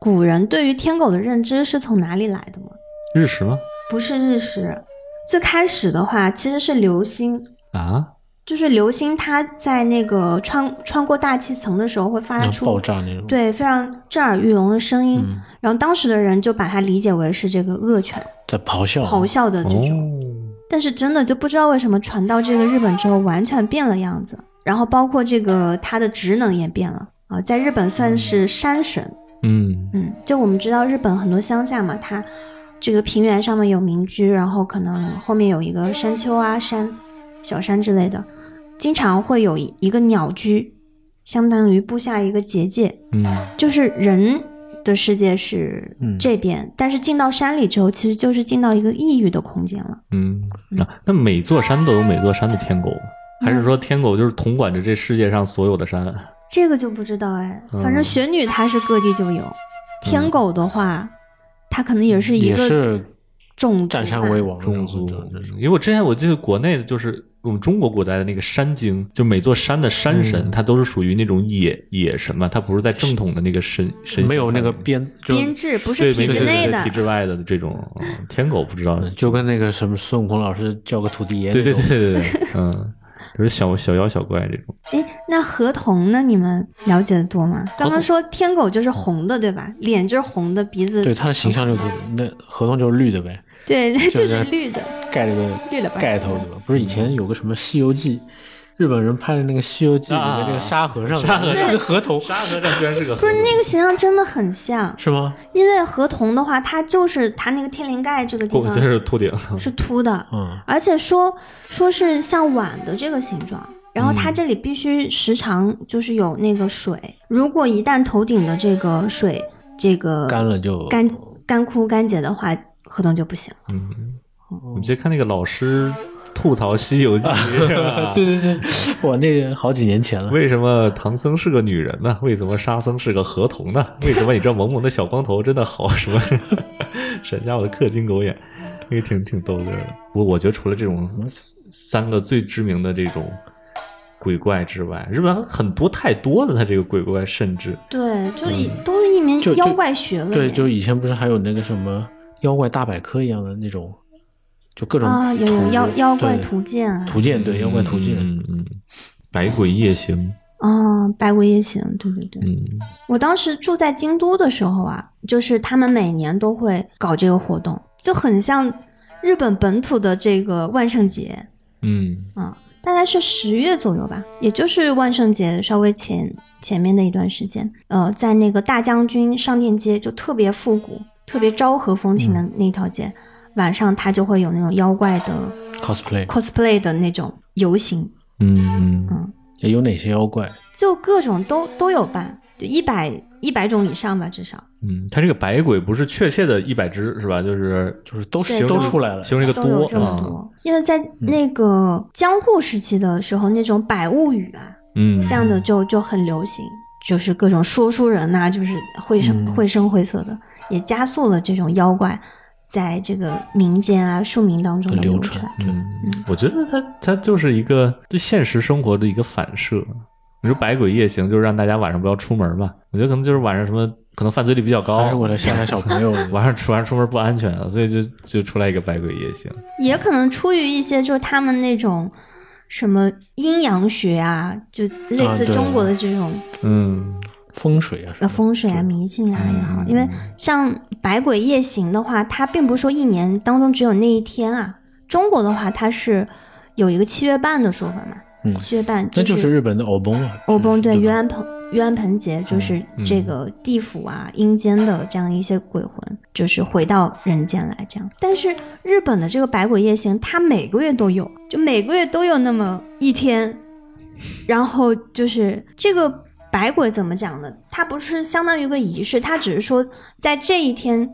Speaker 5: 古人对于天狗的认知是从哪里来的吗？
Speaker 1: 日食吗？
Speaker 5: 不是日食，最开始的话其实是流星，
Speaker 1: 啊，
Speaker 5: 就是流星它在那个穿穿过大气层的时候会发
Speaker 4: 那
Speaker 5: 出
Speaker 4: 爆炸那种，，
Speaker 5: 对非常震耳欲聋的声音，
Speaker 4: 嗯
Speaker 5: 然后当时的人就把它理解为是这个恶犬
Speaker 4: 在咆哮，
Speaker 5: 咆哮的这
Speaker 1: 哦
Speaker 5: 种，但是真的就不知道为什么传到这个日本之后完全变了样子，然后包括这个它的职能也变了啊，在日本算是山神。
Speaker 1: 嗯
Speaker 5: 嗯，就我们知道日本很多乡下嘛，它这个平原上面有民居，然后可能后面有一个山丘啊、山、小山之类的，经常会有一一个鸟居，相当于布下一个结界，
Speaker 1: 嗯
Speaker 5: 就是人的世界是
Speaker 4: 嗯
Speaker 5: 这边，但是进到山里之后，其实就是进到一个异域的空间了。
Speaker 1: 嗯啊，那每座山都有每座山的天狗吗，
Speaker 5: 嗯
Speaker 1: 还是说天狗就是统管着这世界上所有的山？
Speaker 5: 这个就不知道哎，
Speaker 1: 嗯
Speaker 5: 反正雪女她是各地就有，天狗的话，它可能也是一
Speaker 4: 嗯也
Speaker 5: 个
Speaker 4: 是
Speaker 5: 种族
Speaker 4: 占山
Speaker 5: 吧
Speaker 4: 为王的那
Speaker 1: 种
Speaker 4: 种，
Speaker 1: 族
Speaker 4: 这种，
Speaker 1: 因为我之前我记得国内的就是我们中国古代的那个山精，就每座山的山神，
Speaker 4: 嗯
Speaker 1: 它都是属于那种野野神嘛，它不是在正统的那个神神
Speaker 4: 没有那个
Speaker 1: 形
Speaker 4: 编，就
Speaker 5: 编制，不
Speaker 1: 对
Speaker 5: 是体
Speaker 1: 没
Speaker 5: 制
Speaker 1: 对
Speaker 5: 内
Speaker 1: 对
Speaker 5: 的
Speaker 1: 体。制外的这种。嗯天狗不知道，
Speaker 4: 就跟那个什么孙悟空老师叫个土地爷那
Speaker 1: 对
Speaker 4: 种，
Speaker 1: 对对对对，对嗯，都是小小妖小怪这种。
Speaker 5: 哎，那河童呢？你们了解的多吗？刚刚说天狗就是红的，对吧？脸就是红的，鼻子
Speaker 4: 对，它的形象就是
Speaker 5: 嗯
Speaker 4: 那合同就是绿的呗，
Speaker 5: 对
Speaker 4: 就
Speaker 5: 就是是绿的。
Speaker 4: 盖了个
Speaker 5: 绿了吧
Speaker 4: 盖头对吧？不是以前有个什么《西游记》，日本人拍的那个《西游记》里面那个沙和尚，
Speaker 1: 啊沙和尚
Speaker 4: 是个河童，
Speaker 1: 和尚居然是个
Speaker 5: 不是那个形象真的很像，
Speaker 4: 是吗？
Speaker 5: 因为河童的话，它就是它那个天灵盖这个 地
Speaker 1: 我
Speaker 5: 方
Speaker 1: 这是秃顶，
Speaker 5: 是凸的，
Speaker 4: 嗯，
Speaker 5: 而且说说是像碗的这个形状。然后它
Speaker 4: 嗯
Speaker 5: 这里必须时常就是有那个水，如果一旦头顶的这个水这个
Speaker 4: 干了就，
Speaker 5: 呃干干枯干结的话，河童就不行。
Speaker 1: 嗯，我们先看那个老师吐槽《西游记》是吧
Speaker 4: 对对对，哇，那个好几年前了。
Speaker 1: 为什么唐僧是个女人呢？为什么沙僧是个河童呢？为什么你这萌萌的小光头真的好什么？ 闪瞎我的氪金狗眼，那个挺挺逗乐的。我我觉得除了这种三个最知名的这种鬼怪之外，日本很多太多了，他这个鬼怪甚至
Speaker 5: 对，就是一都是一名
Speaker 4: 嗯就就
Speaker 5: 妖怪学了耶。
Speaker 4: 对，就以前不是还有那个什么妖怪大百科一样的那种，就各种
Speaker 5: 啊，有有
Speaker 4: 图
Speaker 5: 妖妖怪
Speaker 4: 对
Speaker 5: 图鉴啊，
Speaker 4: 图鉴，对妖怪图鉴，
Speaker 1: 嗯嗯，嗯百鬼夜行，
Speaker 5: 哦，百鬼夜行，对对对，
Speaker 1: 嗯
Speaker 5: 我当时住在京都的时候啊，就是他们每年都会搞这个活动，就很像日本本土的这个万圣节
Speaker 1: 嗯
Speaker 5: 啊、大概是十月左右吧，也就是万圣节稍微前前面的一段时间，呃，在那个大将军商店街就特别复古、特别昭和风情
Speaker 4: 嗯
Speaker 5: 的那条街，晚上它就会有那种妖怪的
Speaker 4: cosplay
Speaker 5: cosplay 的那种游行，
Speaker 1: 嗯嗯
Speaker 4: 也有哪些妖怪？
Speaker 5: 就各种都都有办，就一百一百种以上吧，至少。
Speaker 1: 嗯，他这个百鬼不是确切的一百只是吧？就是
Speaker 4: 就是都
Speaker 5: 对
Speaker 4: 都
Speaker 5: 都
Speaker 4: 出来了，
Speaker 1: 形容这个
Speaker 5: 都有
Speaker 1: 多
Speaker 5: 这么
Speaker 1: 啊，
Speaker 5: 多，因为在那个江户时期的时候，那种百物语啊，
Speaker 1: 嗯，
Speaker 5: 这样的就就很流行，就是各种说书人呐、就是绘声绘声绘色的，也加速了这种妖怪在这个民间啊庶民当中的
Speaker 4: 流
Speaker 5: 流
Speaker 4: 传
Speaker 5: 传。
Speaker 1: 嗯，我觉得它它就是一个对现实生活的一个反射。你说百鬼夜行就是让大家晚上不要出门吧？我觉得可能就是晚上什么可能犯罪率比较高
Speaker 4: 还，是为了吓吓小朋友
Speaker 5: 嗯
Speaker 1: 晚上出晚上出门不安全啊，所以就就出来一个百鬼夜行。
Speaker 5: 也可能出于一些就是他们那种什么阴阳学啊，就类
Speaker 4: 啊
Speaker 5: 似
Speaker 4: 对
Speaker 5: 中国的这种
Speaker 1: 嗯
Speaker 4: 风水啊什
Speaker 5: 呃
Speaker 4: 么
Speaker 5: 风水啊、
Speaker 4: 对
Speaker 5: 迷信啊也好
Speaker 1: 嗯，
Speaker 5: 因为像百鬼夜行的话，它并不是说一年当中只有那一天啊。中国的话，它是有一个七月半的说法嘛，
Speaker 4: 嗯
Speaker 5: 七月半
Speaker 4: 那
Speaker 5: 就
Speaker 4: 就是日本的偶崩啊，
Speaker 5: 欧崩对
Speaker 4: 吧嗯
Speaker 5: 冤安盆冤安盆节，就是这个地府啊、阴间的这样一些鬼魂，就是回到人间来这样。但是日本的这个百鬼夜行，它每个月都有，就每个月都有那么一天。然后就是这个百鬼怎么讲呢？它不是相当于一个仪式，它只是说在这一天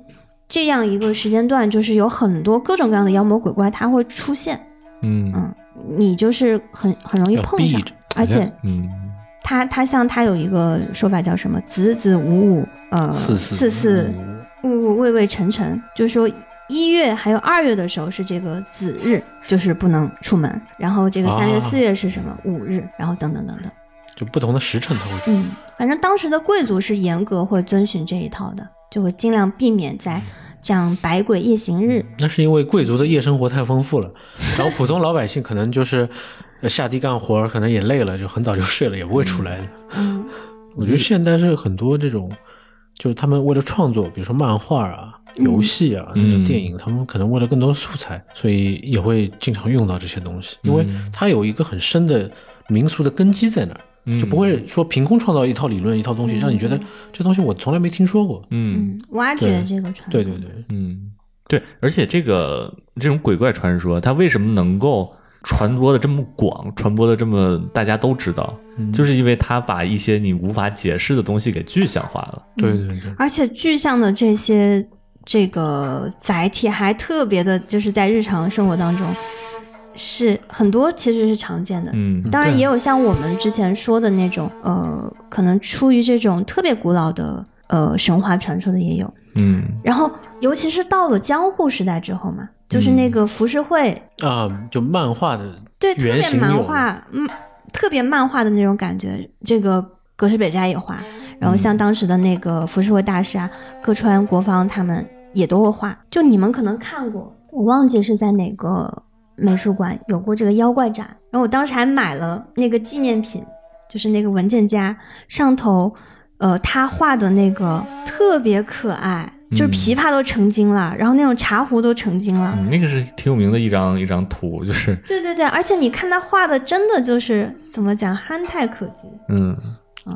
Speaker 5: 这样一个时间段，就是有很多各种各样的妖魔鬼怪，它会出现。
Speaker 1: 嗯
Speaker 5: 嗯，你就是很很容易
Speaker 4: 要
Speaker 5: 碰
Speaker 4: 避
Speaker 5: 上
Speaker 4: 着，
Speaker 5: 而且。
Speaker 1: 嗯
Speaker 5: 他他像他有一个说法叫什么“子子午午”，呃，
Speaker 4: 四四嗯
Speaker 5: 四四午午未未辰辰，就是说一月还有二月的时候是这个子日，就是不能出门，然后这个三
Speaker 4: 啊
Speaker 5: 月四月是什么午日，然后等等等等，
Speaker 4: 就不同的时辰它会出。
Speaker 5: 嗯，反正当时的贵族是严格会遵循这一套的，就会尽量避免在这样百鬼夜行日，
Speaker 4: 那是因为贵族的夜生活太丰富了，然后普通老百姓可能就是呃下地干活，可能也累了，就很早就睡了，也不会出来的。
Speaker 5: 嗯，
Speaker 4: 我觉得现在是很多这种，就是他们为了创作，比如说漫画啊、游戏啊、
Speaker 1: 嗯
Speaker 4: 那种电影，他们可能为了更多的素材，所以也会经常用到这些东西，因为它有一个很深的民俗的根基在那
Speaker 1: 嗯
Speaker 4: 儿，就不会说凭空创造一套理论、一套东西，让你觉得这东西我从来没听说过。
Speaker 1: 嗯
Speaker 5: 嗯，挖掘这个传统，
Speaker 4: 对对对，
Speaker 1: 嗯，对，而且这个这种鬼怪传说，它为什么能够传播的这么广，传播的这么大家都知道，就是因为它把一些你无法解释的东西给具象化了。
Speaker 4: 对对对，
Speaker 5: 而且具象的这些这个载体还特别的，就是在日常生活当中是很多其实是常见的。
Speaker 1: 嗯，
Speaker 5: 当然
Speaker 1: 对
Speaker 5: 也有像我们之前说的那种，呃，可能出于这种特别古老的呃神话传说的也有。
Speaker 1: 嗯
Speaker 5: 然后尤其是到了江户时代之后嘛，就是
Speaker 1: 嗯
Speaker 5: 那个浮世绘，
Speaker 4: 啊，就漫画的
Speaker 5: 对，特
Speaker 4: 原
Speaker 5: 别
Speaker 4: 型
Speaker 5: 漫
Speaker 4: 有
Speaker 5: 画，嗯，特别漫画的那种感觉。这个葛饰北斋也画，然后像
Speaker 4: 嗯
Speaker 5: 当时的那个浮世绘大师啊，各川国芳他们也都会画。就你们可能看过，我忘记是在哪个美术馆有过这个妖怪展，然后我当时还买了那个纪念品，就是那个文件夹上头，呃，他画的那个特别可爱。就是
Speaker 1: 嗯
Speaker 5: 琵琶都成精了，然后那种茶壶都成精了，
Speaker 1: 嗯，那个是挺有名的一张一张图，就是
Speaker 5: 对对对，而且你看他画的，真的就是怎么讲，憨态可掬，
Speaker 1: 嗯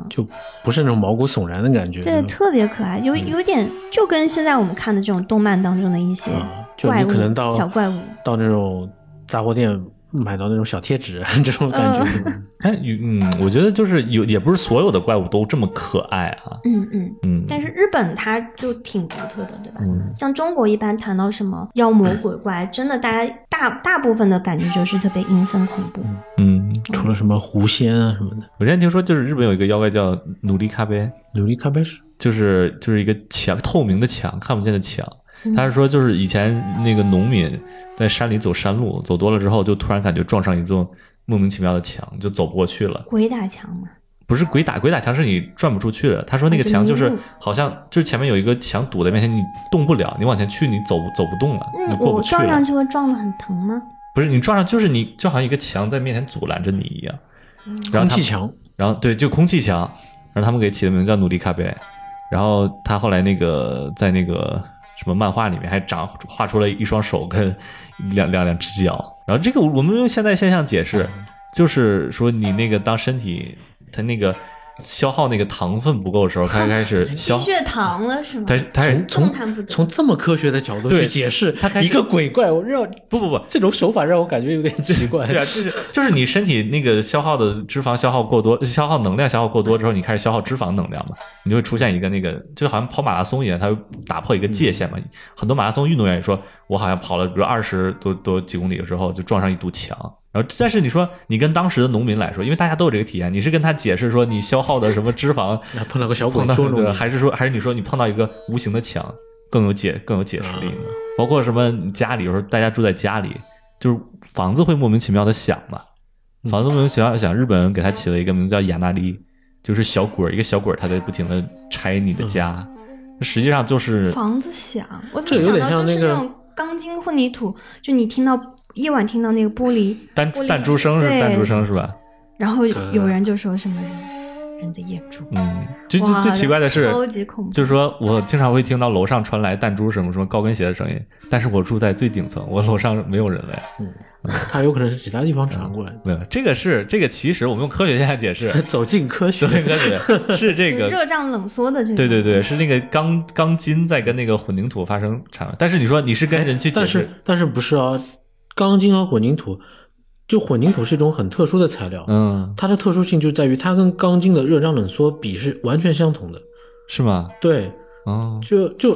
Speaker 4: 就不是那种毛骨悚然的感觉，
Speaker 5: 对，
Speaker 4: 吧
Speaker 5: 特别可爱，有有点就跟现在我们看的这种动漫当中的一些
Speaker 4: 啊，就
Speaker 5: 怪
Speaker 4: 你
Speaker 5: 物、
Speaker 4: 可能到
Speaker 5: 小怪物，
Speaker 4: 到那种杂货店买到那种小贴纸啊 这种感觉，对吧
Speaker 1: 哎嗯，我觉得就是有也不是所有的怪物都这么可爱啊，
Speaker 5: 嗯嗯。
Speaker 1: 嗯，
Speaker 5: 但是日本它就挺独特的，对吧？
Speaker 1: 嗯
Speaker 5: 像中国一般谈到什么妖魔鬼怪，真的大家大大部分的感觉就是特别阴森恐怖。
Speaker 1: 嗯，
Speaker 4: 除了什么狐仙啊什么的，
Speaker 1: 我之前听说就是日本有一个妖怪叫努力咖啡。
Speaker 4: 琉璃咖啡是
Speaker 1: 就是就是一个墙，透明的墙，看不见的墙。
Speaker 5: 嗯
Speaker 1: 他是说，就是以前那个农民在山里走山路，走多了之后，就突然感觉撞上一座莫名其妙的墙，就走不过去了。
Speaker 5: 鬼打墙嘛，
Speaker 1: 不是鬼打鬼打墙是你转不出去的。他说那个
Speaker 5: 就
Speaker 1: 墙
Speaker 5: 迷
Speaker 1: 就是
Speaker 5: 路
Speaker 1: 好像就是前面有一个墙堵在面前，你动不了，你往前去你走不走不动了，你
Speaker 5: 那
Speaker 1: 过不
Speaker 5: 嗯我
Speaker 1: 去
Speaker 5: 撞
Speaker 1: 了
Speaker 5: 上。去会撞得很疼吗？
Speaker 1: 不是你撞上就是你就好像一个墙在面前阻拦着你一样。
Speaker 5: 嗯
Speaker 1: 然后
Speaker 4: 空
Speaker 1: 他
Speaker 4: 气墙，
Speaker 1: 然后对，就空气墙，然后他们给起的名字叫努力咖啡。然后他后来那个在那个什么漫画里面还长画出了一双手跟两两两只脚。然后这个我们用现在现象解释，就是说你那个当身体它那个消耗那个糖分不够的时候，它开始消
Speaker 5: 低血糖了是吗？
Speaker 1: 它它是
Speaker 5: 动
Speaker 4: 哎从
Speaker 5: 哎弹不得。
Speaker 4: 从这么科学的角度
Speaker 1: 对
Speaker 4: 去解释
Speaker 1: 他开始
Speaker 4: 一个鬼怪，我让
Speaker 1: 不不不，
Speaker 4: 这种手法让我感觉有 点奇怪。，
Speaker 1: 对啊，就是就是你身体那个消耗的脂肪消耗过多，消耗能量消耗过多之后，你开始消耗脂肪能量嘛，你就会出现一个那个，就好像跑马拉松一样，它会打破一个界限嘛。很多马拉松运动员也说，我好像跑了，比如二十多多几公里的时候，就撞上一堵墙。然后，但是你说你跟当时的农民来说，因为大家都有这个体验，你是跟他解释说你消耗的什么脂肪
Speaker 4: 那碰到个小鬼
Speaker 1: 碰到
Speaker 4: 捉弄
Speaker 1: 对
Speaker 4: 你
Speaker 1: 还是说还是你说你碰到一个无形的墙，更有解更有解释力
Speaker 5: 嗯
Speaker 1: 呢？包括什么你家里，有时候大家住在家里，就是房子会莫名其妙的响嘛，房子莫名其妙地响。日本人给它起了一个名字叫雅纳利，就是小鬼儿，一个小鬼儿，它在不停的拆你的家，
Speaker 5: 嗯
Speaker 1: 实际上就是
Speaker 5: 房子响，我
Speaker 4: 嗯这
Speaker 5: 怎
Speaker 4: 有
Speaker 5: 么
Speaker 4: 点
Speaker 5: 想到
Speaker 4: 像
Speaker 5: 就是
Speaker 4: 那个
Speaker 5: 那种钢筋混凝土，就你听到夜晚听到那个玻璃，
Speaker 1: 弹
Speaker 5: 玻璃
Speaker 1: 弹珠声是
Speaker 5: 对
Speaker 1: 弹珠声是吧？
Speaker 5: 然后
Speaker 4: 可
Speaker 5: 有人就说什么人人的业主，
Speaker 1: 嗯，最最
Speaker 5: 哇
Speaker 1: 最奇怪的是，
Speaker 5: 超级恐怖，
Speaker 1: 就是说我经常会听到楼上传来弹珠声，什么高跟鞋的声音，但是我住在最顶层，我楼上没有人类。
Speaker 4: 他有可能是其他地方传过来
Speaker 1: 没有，这个是这个，其实我们用科学现象 解释，
Speaker 4: 的，走进科学
Speaker 1: 走。进科学是这
Speaker 5: 就
Speaker 1: 个，
Speaker 5: 热胀冷缩的这种。
Speaker 1: 对对对，是那个钢钢筋在跟那个混凝土发生产生。但是你说你是跟人去解
Speaker 4: 但
Speaker 1: 释
Speaker 4: 是，但是不是啊？钢筋和混凝土，就混凝土是一种很特殊的材料，
Speaker 1: 嗯，
Speaker 4: 它的特殊性就在于它跟钢筋的热胀冷缩比是完全相同的。
Speaker 1: 是吗？
Speaker 4: 对，
Speaker 1: 哦，
Speaker 4: 就就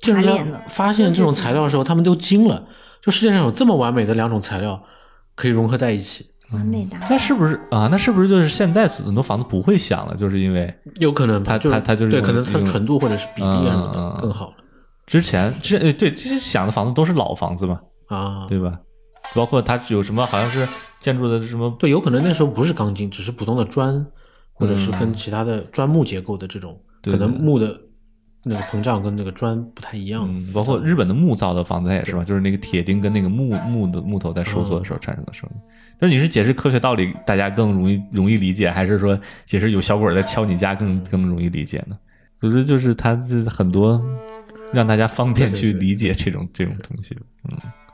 Speaker 4: 就人
Speaker 5: 打
Speaker 4: 家
Speaker 5: 脸了
Speaker 4: 发现这种材料的时候，他们都惊了，就世界上有这么完美的两种材料可以融合在一起，
Speaker 5: 完美的。
Speaker 1: 那是不是啊？那是不是就是现在很多房子不会响了，就是因为
Speaker 4: 有可能吧
Speaker 1: 它
Speaker 4: 就是
Speaker 1: 它它就是
Speaker 4: 对，
Speaker 1: 一种
Speaker 4: 可能它
Speaker 1: 一种
Speaker 4: 纯度或者是比例啊什么
Speaker 1: 嗯嗯嗯
Speaker 4: 的更好了
Speaker 1: 之前之呃对这些响的房子都是老房子嘛，
Speaker 4: 啊。
Speaker 1: 对吧？包括它有什么好像是建筑的什么
Speaker 4: 对，有可能那时候不是钢筋，只是普通的砖，或者是跟其他的砖木结构的这种，
Speaker 1: 嗯对
Speaker 4: 可能
Speaker 1: 对
Speaker 4: 木的那个膨胀跟那个砖不太一样。
Speaker 1: 嗯，包括日本的木造的房子它也是嘛，就是那个铁钉跟那个木木的木头在收缩的时候产生的声音。但是你是解释科学道理，大家更容易容易理解，还是说解释有小鬼儿在敲你家
Speaker 4: 嗯
Speaker 1: 更更容易理解呢？总之就是它就是很多让大家方便去理解这种这种东西。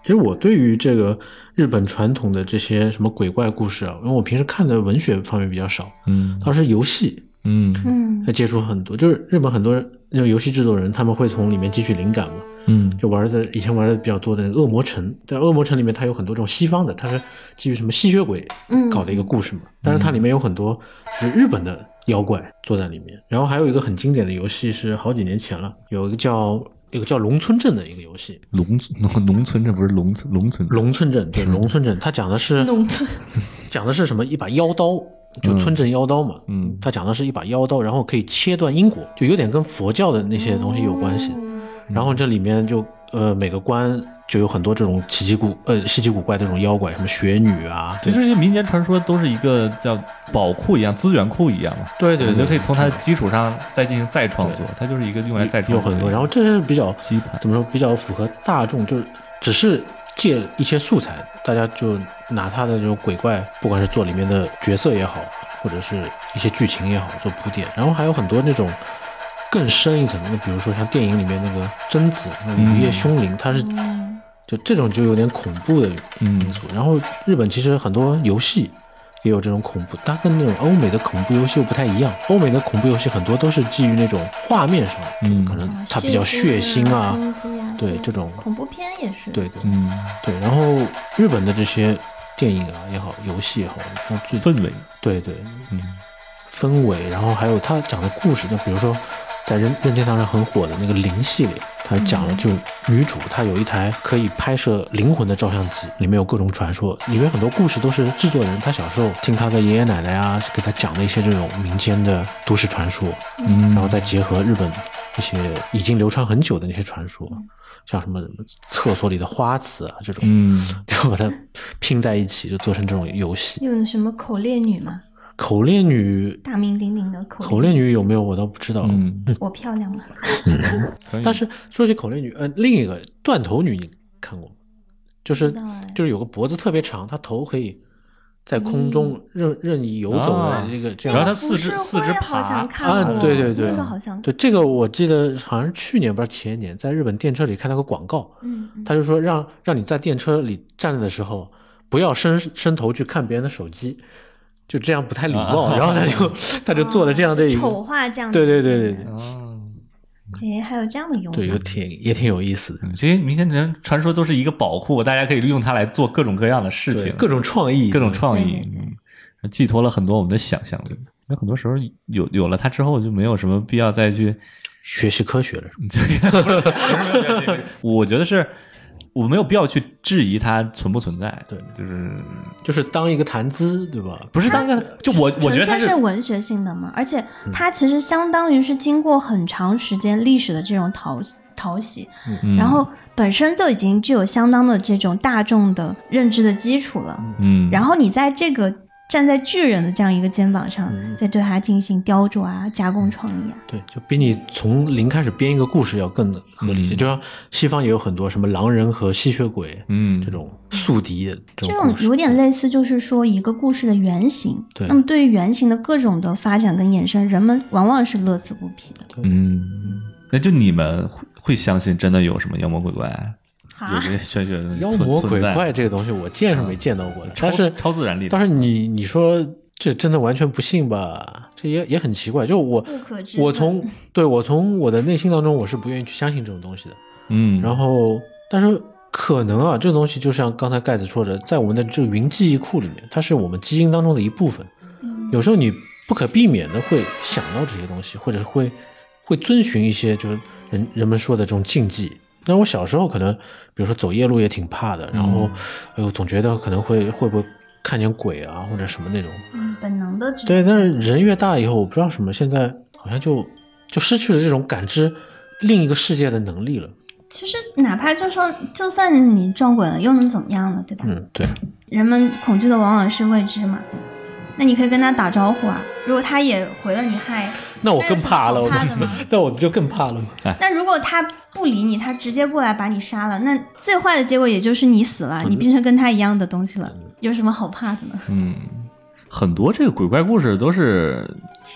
Speaker 4: 其实我对于这个日本传统的这些什么鬼怪故事啊，因为我平时看的文学方面比较少，
Speaker 1: 嗯
Speaker 4: 倒是游戏
Speaker 1: 嗯
Speaker 5: 嗯，
Speaker 4: 接触很多。就是日本很多人，那种游戏制作人他们会从里面汲取灵感嘛，
Speaker 1: 嗯，
Speaker 4: 就玩的以前玩的比较多的那个《恶魔城》，但《恶魔城》里面它有很多这种西方的，它是基于什么吸血鬼
Speaker 5: 嗯
Speaker 4: 搞的一个故事嘛。但是它里面有很多就是日本的妖怪坐在里面。然后还有一个很经典的游戏是好几年前了，有一个叫有个叫龙村镇的一个游戏，
Speaker 1: 农农农村这不是农村农村
Speaker 4: 龙村镇对龙村镇，它讲的是
Speaker 5: 农村
Speaker 4: 讲的是什么？一把妖刀，就村镇妖刀嘛。
Speaker 1: 嗯
Speaker 4: 它讲的是一把妖刀，然后可以切断因果，就有点跟佛教的那些东西有关系。然后这里面就呃每个关就有很多这种奇奇古呃稀奇古怪的这种妖怪，什么雪女啊，
Speaker 1: 对，就是这些民间传说都是一个叫宝库一样、资源库一样嘛。
Speaker 4: 对对对
Speaker 1: 你就可以从它的基础上再进行再创作，它就是一个用来再创
Speaker 4: 有
Speaker 1: 作的
Speaker 4: 很
Speaker 1: 一
Speaker 4: 多。
Speaker 1: 个
Speaker 4: 然后这是比较
Speaker 1: 基本
Speaker 4: 怎么说比较符合大众，就是只是借一些素材，大家就拿他的这种鬼怪，不管是做里面的角色也好，或者是一些剧情也好做铺垫，然后还有很多那种。更深一层的，比如说像电影里面那个贞子，那个
Speaker 1: 嗯
Speaker 4: 午夜凶铃，它是就这种就有点恐怖的
Speaker 1: 嗯
Speaker 4: 因素。然后日本其实很多游戏也有这种恐怖，它跟那种欧美的恐怖游戏又不太一样。欧美的恐怖游戏很多都是基于那种画面上，
Speaker 1: 嗯
Speaker 4: 就可能它比较啊血腥啊，
Speaker 5: 冲击啊，
Speaker 4: 对这种
Speaker 5: 恐怖片也是。
Speaker 4: 对对
Speaker 1: 嗯
Speaker 4: 对。然后日本的这些电影啊也好，游戏也好，它最
Speaker 1: 氛围，
Speaker 4: 对对
Speaker 1: 嗯
Speaker 4: 氛围，然后还有他讲的故事，就比如说在任任天堂上很火的那个零系列，他讲了就女主她有一台可以拍摄灵魂的照相机，里面有各种传说，里面很多故事都是制作人他小时候听他的爷爷奶奶啊给他讲的一些这种民间的都市传说，
Speaker 1: 嗯
Speaker 4: 然后再结合日本一些已经流传很久的那些传说，像什么厕所里的花子啊这种，
Speaker 1: 嗯
Speaker 4: 就把它拼在一起，就做成这种游戏。
Speaker 5: 有什么口裂女吗？
Speaker 4: 口恋女，
Speaker 5: 大名鼎鼎的口
Speaker 4: 口恋女有没有我倒不知道。
Speaker 1: 嗯，
Speaker 5: 我漂亮吗？
Speaker 1: 可以
Speaker 4: 但是说起口恋女，呃，另一个断头女你看过吗？就是
Speaker 5: 不知道哎
Speaker 4: 就是有个脖子特别长，她头可以在空中
Speaker 5: 嗯
Speaker 4: 任、任意游走
Speaker 1: 啊
Speaker 4: 的这个、这
Speaker 5: 哎
Speaker 1: 然后
Speaker 4: 样
Speaker 1: 她
Speaker 4: 的。
Speaker 1: 四肢
Speaker 5: 浮世
Speaker 1: 四肢
Speaker 5: 绘好
Speaker 1: 爬
Speaker 5: 像看过，
Speaker 4: 啊对对对
Speaker 5: 那个好像，
Speaker 4: 对这个我记得好像是去年不知道前年，在日本电车里看到个广告，
Speaker 5: 嗯，嗯
Speaker 4: 他就说让让你在电车里站着的时候，不要伸伸头去看别人的手机，就这样不太礼貌。
Speaker 1: 啊
Speaker 4: 然后他就 他就做了这样的一
Speaker 5: 哦啊
Speaker 4: 个，
Speaker 5: 就丑化这样的
Speaker 4: 对
Speaker 5: 一个
Speaker 4: 对
Speaker 5: 人，
Speaker 4: 对对
Speaker 1: 哦，
Speaker 5: 哎，还有这样的用法，
Speaker 4: 对，有挺也挺有意思的，
Speaker 1: 嗯这些民间人传说都是一个宝库，大家可以用它来做各种各样的事
Speaker 4: 对
Speaker 1: 情，
Speaker 4: 各种创意，
Speaker 1: 各种创意
Speaker 5: 对对对，
Speaker 1: 嗯寄托了很多我们的想象力。那很多时候有有了它之后，就没有什么必要再去
Speaker 4: 学习科学了。
Speaker 1: 我觉得是我没有必要去质疑它存不存在。
Speaker 4: 对
Speaker 1: 就是
Speaker 4: 就是当一个谈资，对吧？
Speaker 1: 不是当个就我我觉得
Speaker 5: 纯
Speaker 1: 它是
Speaker 5: 粹是文学性的嘛，而且它其实相当于是经过很长时间历史的这种淘淘洗，
Speaker 1: 嗯
Speaker 5: 然后本身就已经具有相当的这种大众的认知的基础了，
Speaker 1: 嗯，
Speaker 5: 然后你在这个站在巨人的这样一个肩膀上，再对它进行雕琢啊、加工创意啊，
Speaker 4: 对，就比你从零开始编一个故事要更合理一些。就像西方也有很多什么狼人和吸血鬼，
Speaker 1: 嗯
Speaker 4: 这种宿敌的这
Speaker 5: 这
Speaker 4: 种
Speaker 5: 种
Speaker 4: 故事
Speaker 5: 有点类似，就是说一个故事的原型。
Speaker 4: 对
Speaker 5: 那么对于原型的各种的发展跟衍生，人们往往是乐此不疲的。
Speaker 1: 嗯，那就你们会会相信真的有什么妖魔鬼怪，有
Speaker 5: 啊
Speaker 1: 这，些玄学的
Speaker 4: 妖
Speaker 1: 嗯存
Speaker 4: 魔鬼
Speaker 1: 存在嗯
Speaker 4: 怪这个东西，我见是没见到过的，
Speaker 1: 超
Speaker 4: 但是
Speaker 1: 超自然力量
Speaker 4: 但是你你说这真的完全不信吧？这也也很奇怪。就我
Speaker 5: 不可知论
Speaker 4: 我从 对我从我的内心当中，我是不愿意去相信这种东西的。
Speaker 1: 嗯，
Speaker 4: 然后，但是可能啊，这个东西就像刚才盖子说的，在我们的这个云记忆库里面，它是我们基因当中的一部分。
Speaker 5: 嗯
Speaker 4: 有时候你不可避免的会想到这些东西，或者会会遵循一些就是人人们说的这种禁忌。但我小时候可能，比如说走夜路也挺怕的，然后，哎呦，总觉得可能会会不会看见鬼啊，或者什么那种。
Speaker 5: 嗯本能的直
Speaker 4: 对，但是人越大以后，我不知道什么，现在好像就就失去了这种感知另一个世界的能力了。
Speaker 5: 其实哪怕就说，就算你撞鬼了，又能怎么样呢？对吧？
Speaker 4: 嗯，对。
Speaker 5: 人们恐惧的往往是未知嘛。那你可以跟他打招呼啊，如果他也回了你嗨，
Speaker 4: 那我更怕了，
Speaker 5: 那有
Speaker 4: 我
Speaker 5: 什么好怕的吗
Speaker 4: 那我不就更怕了吗？
Speaker 5: 那如果他不理你，他直接过来把你杀了，那最坏的结果也就是你死
Speaker 4: 嗯
Speaker 5: 了，你变成跟他一样的东西了，有什么好怕的呢？
Speaker 1: 嗯，很多这个鬼怪故事都是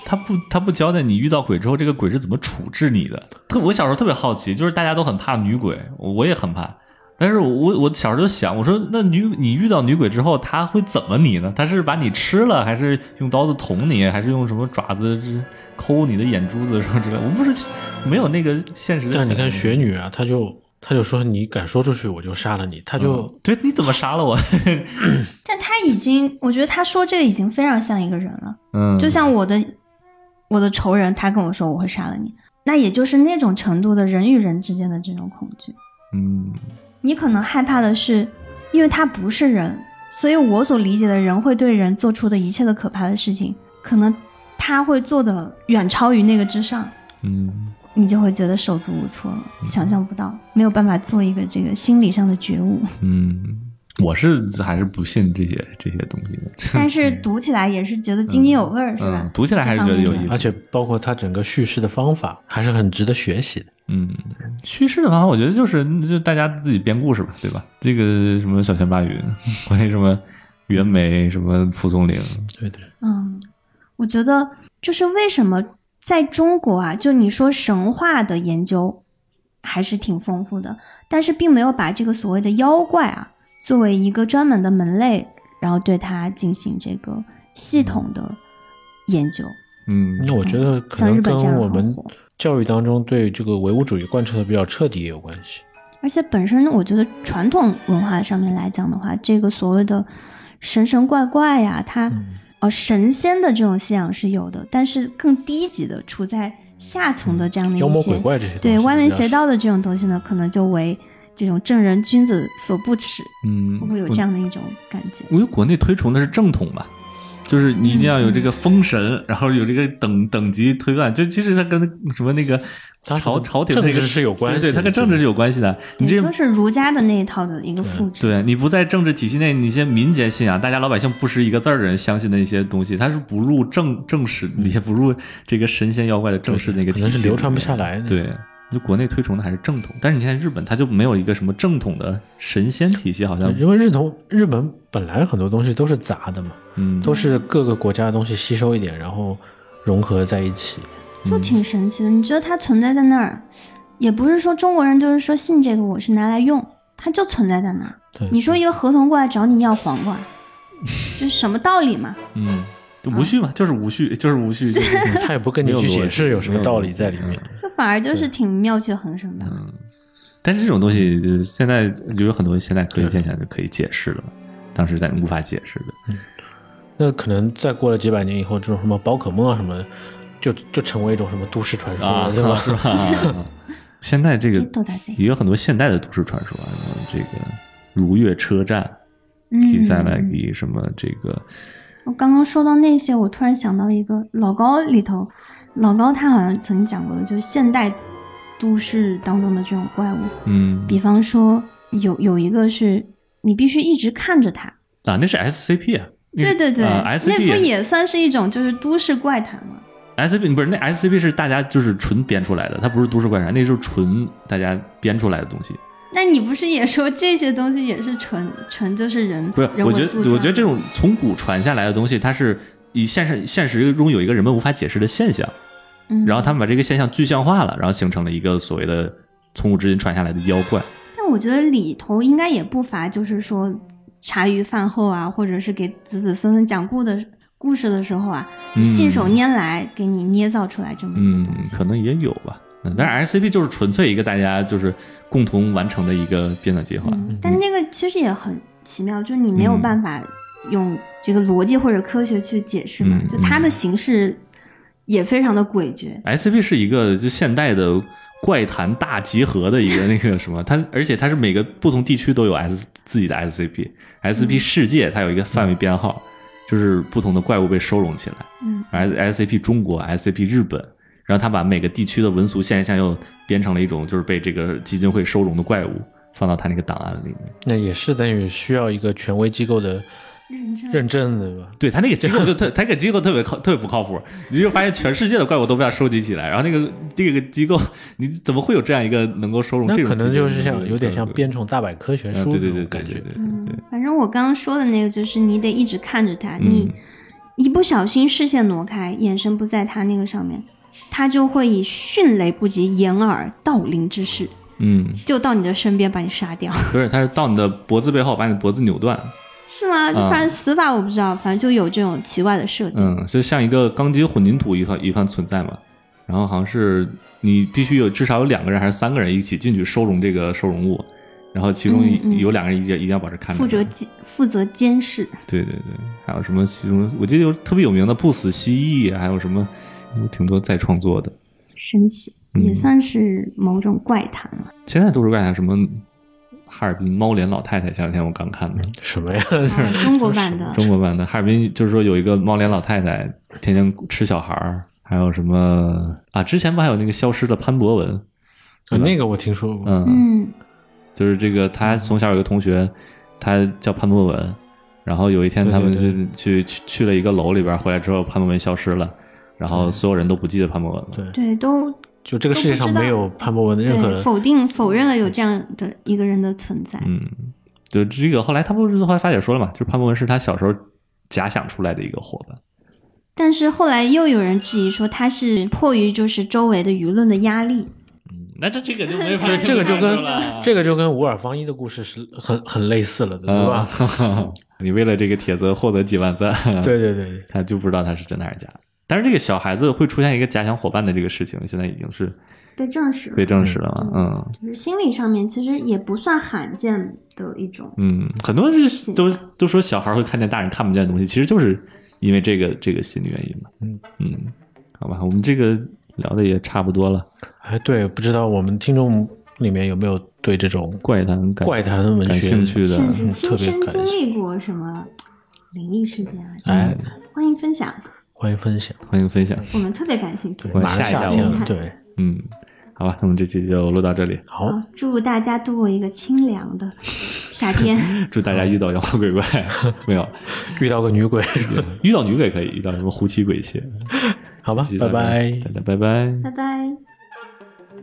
Speaker 1: 他不他不交代你遇到鬼之后这个鬼是怎么处置你的。特我小时候特别好奇，就是大家都很怕女鬼，我也很怕。但是我我小时候就想，我说那女你遇到女鬼之后，她会怎么你呢？她是把你吃了，还是用刀子捅你，还是用什么爪子之抠你的眼珠子什么之类的？我不是没有那个现实的想象。
Speaker 4: 但你看雪女啊，她就她就说你敢说出去，我就杀了你。她就、
Speaker 1: 嗯对，你怎么杀了我？
Speaker 5: 但他已经，我觉得他说这个已经非常像一个人了，
Speaker 1: 嗯，
Speaker 5: 就像我的我的仇人，他跟我说我会杀了你，那也就是那种程度的人与人之间的这种恐惧。
Speaker 1: 嗯
Speaker 5: 你可能害怕的是，因为他不是人，所以我所理解的人会对人做出的一切的可怕的事情，可能他会做的远超于那个之上，
Speaker 1: 嗯
Speaker 5: 你就会觉得手足无措了，想象不到，没有办法做一个这个心理上的觉 悟。
Speaker 1: 嗯，我是还是不信这些这些东西的。
Speaker 5: 但是读起来也是觉得津津有味儿，是吧
Speaker 1: 嗯？读起来还是觉得有意思
Speaker 4: 而且包括她整个叙事的方法，还是很值得学习的。
Speaker 1: 嗯，叙事的话，我觉得就是就大家自己编故事吧，对吧？这个什么小泉八云，关于什么袁枚，什么蒲松龄，
Speaker 4: 对对，
Speaker 5: 嗯，我觉得就是为什么在中国啊，就你说神话的研究还是挺丰富的，但是并没有把这个所谓的妖怪啊作为一个专门的门类，然后对它进行这个系统的研究。
Speaker 1: 嗯
Speaker 4: 那我觉得可
Speaker 5: 像
Speaker 4: 能
Speaker 5: 日本
Speaker 4: 跟
Speaker 5: 这样
Speaker 4: 我
Speaker 5: 很
Speaker 4: 们
Speaker 5: 火，
Speaker 4: 教育当中对这个唯物主义贯彻的比较彻底也有关系。
Speaker 5: 而且本身我觉得传统文化上面来讲的话，这个所谓的神神怪怪呀、它、
Speaker 4: 嗯
Speaker 5: 呃神仙的这种信仰是有的，但是更低级的处在下层的这样的一些
Speaker 4: 妖魔鬼怪这些东西
Speaker 5: 对歪门邪
Speaker 4: 比较少
Speaker 5: 道的这种东西呢，可能就为这种正人君子所不齿，
Speaker 1: 嗯
Speaker 5: 会不会有这样的一种感觉？
Speaker 1: 因为国内推崇的是正统吧，就是你一定要有这个封神，然后有这个等等级推断，就其实它跟什么那个
Speaker 4: 它是
Speaker 1: 朝
Speaker 4: 跟
Speaker 1: 朝廷那个
Speaker 4: 政治是有关系的
Speaker 1: 对，对它跟政治是有关系的。你这
Speaker 5: 就是儒家的那一套的一个复制。
Speaker 1: 对你不在政治体系内，你一些民间信仰，大家老百姓不识一个字儿的人相信的一些东西，它是不入正正史， 也不入这个神仙妖怪的正式那个体
Speaker 4: 嗯可
Speaker 1: 系里面，
Speaker 4: 能是流传不下来的
Speaker 1: 对，就国内推崇的还是正统，但是你看日本，它就没有一个什么正统的神仙体系，好像
Speaker 4: 因为日同日本本来很多东西都是杂的嘛，
Speaker 1: 嗯，
Speaker 4: 都是各个国家的东西吸收一点，然后融合在一起。
Speaker 5: 就
Speaker 1: 嗯
Speaker 5: 挺神奇的。你觉得它存在在那儿，也不是说中国人就是说信这个我是拿来用，它就存在在那儿。
Speaker 1: 嗯
Speaker 4: 对，
Speaker 5: 你说一个河童过来找你要黄 瓜，这是什么道理嘛？
Speaker 1: 嗯，就无序嘛，就是无序，就是无序，就是
Speaker 4: 啊嗯他也不跟你去解释有什么道理在里面。
Speaker 5: 这反而就是挺妙趣横生的。
Speaker 1: 嗯但是这种东西，就是现在就有很多现代科学现象就可以解释了，当时咱无法解释的。
Speaker 4: 那可能再过了几百年以后，这种什么宝可梦啊什么的，就就成为一种什么都市传说了，
Speaker 1: 啊，
Speaker 4: 对吧？
Speaker 1: 是吧？啊现在这个
Speaker 5: 别哎逗大家
Speaker 1: 也有很多现代的都市传说啊，什么这个如月车站、
Speaker 5: 嗯
Speaker 1: k i s a l a g 什么这个，
Speaker 5: 我刚刚说到那些，我突然想到一个老高里头，老高他好像曾经讲过的，就是现代都市当中的这种怪物，
Speaker 1: 嗯，
Speaker 5: 比方说有有一个是你必须一直看着它，
Speaker 1: 啊，那是 SCP 啊，那
Speaker 5: 对
Speaker 1: 是
Speaker 5: 对对，
Speaker 1: 啊
Speaker 5: 那不
Speaker 1: ，SCP
Speaker 5: 也算是一种就是都市怪谈吗？
Speaker 1: SCP 不是那 SCP 是大家就是纯编出来的，它不是都市怪谈，那就是纯大家编出来的东西。
Speaker 5: 那你不是也说这些东西也是纯纯就是人
Speaker 1: 不是，
Speaker 5: 人
Speaker 1: 我
Speaker 5: 为
Speaker 1: 觉
Speaker 5: 杜
Speaker 1: 得我
Speaker 5: 撰
Speaker 1: 觉得这种从古传下来的东西，它是以现实现实中有一个人们无法解释的现象，
Speaker 5: 嗯
Speaker 1: 然后他们把这个现象具象化了，然后形成了一个所谓的从古至今传下来的妖怪。
Speaker 5: 但我觉得里头应该也不乏就是说茶余饭后啊，或者是给子子孙孙讲故的故事的时候啊，
Speaker 1: 嗯
Speaker 5: 信手拈来给你捏造出来这么一
Speaker 1: 嗯
Speaker 5: 个东，西。
Speaker 1: 可能也有吧。嗯，但是 SCP 就是纯粹一个大家就是共同完成的一个编的计划。
Speaker 5: 嗯但那个其实也很奇妙，就是你没有
Speaker 1: 嗯
Speaker 5: 办法用这个逻辑或者科学去解释嘛，
Speaker 1: 嗯
Speaker 5: 就它的形式也非常的诡谲。
Speaker 1: SCP 是一个就现代的怪谈大集合的一个那个什么，它而且它是每个不同地区都有 S 自己的
Speaker 5: 嗯
Speaker 1: SCP，SCP 世界它有一个范围编号，就是不同的怪物被收容起来。
Speaker 5: 嗯，
Speaker 1: S S A P 中国、S A P 日本，然后他把每个地区的文俗现象又编成了一种就是被这个基金会收容的怪物，放到他那个档案里面。
Speaker 4: 那也是等于需要一个权威机构的
Speaker 5: 认真。
Speaker 4: 认证的，对吧？
Speaker 1: 对他那个机构就 特，他那个机构特别靠特别不靠谱，你就发现全世界的怪物都被他收集起来，然后那个这个机构你怎么会有这样一个能够收嗯容这
Speaker 4: 那
Speaker 1: 种？
Speaker 4: 可能就是像有点像编。虫大百科全
Speaker 1: 嗯，
Speaker 4: 书
Speaker 1: 呃对
Speaker 4: 这
Speaker 1: 对对
Speaker 4: 种
Speaker 1: 对
Speaker 4: 感觉
Speaker 1: 对。对
Speaker 5: 嗯
Speaker 1: 对，
Speaker 5: 反正我刚刚说的那个就是你得一直看着它，
Speaker 1: 嗯
Speaker 5: 你一不小心视线挪开，眼神不在它那个上面，它就会以迅雷不及掩耳盗铃之势，
Speaker 1: 嗯，
Speaker 5: 就到你的身边把你杀掉，
Speaker 1: 不是，他是到你的脖子背后把你的脖子扭断，
Speaker 5: 是吗？
Speaker 1: 啊
Speaker 5: 反正死法我不知道，反正就有这种奇怪的设定。
Speaker 1: 嗯，就像一个钢筋混凝土一团一团存在嘛。然后好像是你必须有至少有两个人还是三个人一起进去收容这个收容物，然后其中一
Speaker 5: 嗯嗯
Speaker 1: 有两个人一定一定要保持看着
Speaker 5: 负
Speaker 1: 的。
Speaker 5: 责监负责监视，
Speaker 1: 对对对，还有什么其中我记得有特别有名的不死蜥蜴，还有什么有挺多再创作的。
Speaker 5: 神奇
Speaker 1: 嗯
Speaker 5: 也算是某种怪 谈了。
Speaker 1: 现在都是干啥什么哈尔滨猫脸老太太，前两天我刚看的。
Speaker 4: 什么呀？
Speaker 1: 嗯
Speaker 5: 啊中国版的
Speaker 1: 中国版的哈尔滨，就是说有一个猫脸老太太，天天吃小孩儿，还有什么啊？之前不还有那个消失的潘博文？
Speaker 4: 啊那个我听说过，
Speaker 1: 嗯，
Speaker 5: 嗯，
Speaker 1: 就是这个，他从小有个同学，他叫潘博文，然后有一天
Speaker 4: 对
Speaker 1: 他们
Speaker 4: 对对
Speaker 1: 就去去去了一个楼里边，回来之后潘博文消失了，然后所有人都不记得潘博文了。
Speaker 4: 对
Speaker 5: 对，都
Speaker 4: 就这个世界上没有潘博文的任
Speaker 5: 对
Speaker 4: 何
Speaker 5: 否定否认了有这样的一个人的存在。
Speaker 1: 嗯，就这个后来他不是后来发姐说了嘛，就是潘博文是他小时候假想出来的一个伙伴。
Speaker 5: 但是后来又有人质疑说，他是迫于就是周围的舆论的压力，
Speaker 1: 那这这个就没法啊
Speaker 4: 所以这个就跟这个就跟伍尔芳一的故事是很很类似了的，对
Speaker 1: 啊
Speaker 4: 吧？，
Speaker 1: 你为了这个帖子获得几万赞，
Speaker 4: 对对对，
Speaker 1: 他就不知道他是真的还是假的。但是这个小孩子会出现一个假想伙伴的这个事情，现在已经是
Speaker 5: 被证实了
Speaker 1: 被，证实了嘛？嗯，
Speaker 5: 就是心理上面其实也不算罕见的一种。
Speaker 1: 嗯，很多人是都都说小孩会看见大人看不见的东西，其实就是因为这个这个心理原因嘛。
Speaker 4: 嗯
Speaker 1: 嗯，好吧，我们这个聊的也差不多了，
Speaker 4: 哎对，不知道我们听众里面有没有对这种
Speaker 1: 怪谈感
Speaker 4: 怪谈文
Speaker 1: 感
Speaker 4: 学
Speaker 1: 兴趣的，
Speaker 5: 甚至
Speaker 4: 嗯
Speaker 5: 亲
Speaker 4: 特别
Speaker 5: 身
Speaker 4: 感
Speaker 5: 经
Speaker 4: 谢
Speaker 5: 历过什么灵异事件啊，
Speaker 4: 哎，
Speaker 5: 欢迎分享，
Speaker 4: 欢迎分享，
Speaker 1: 欢迎分享。
Speaker 5: 我们特别感兴趣
Speaker 4: 对，。
Speaker 1: 我
Speaker 4: 马上
Speaker 1: 下一
Speaker 4: 夏
Speaker 1: 下
Speaker 4: 天
Speaker 5: 我
Speaker 4: 了，对，
Speaker 1: 嗯，好吧，那么这期就录到这里，
Speaker 4: 好，
Speaker 5: 好，祝大家度过一个清凉的 傻天。
Speaker 1: 祝大家遇到妖魔鬼怪没有，
Speaker 4: 遇到个女鬼，
Speaker 1: 遇到女鬼可以，遇到什么狐狸鬼切，
Speaker 4: 好吧
Speaker 1: 这期，
Speaker 4: 拜
Speaker 1: 到这儿
Speaker 4: 拜。
Speaker 1: 大家拜拜。
Speaker 5: 拜拜。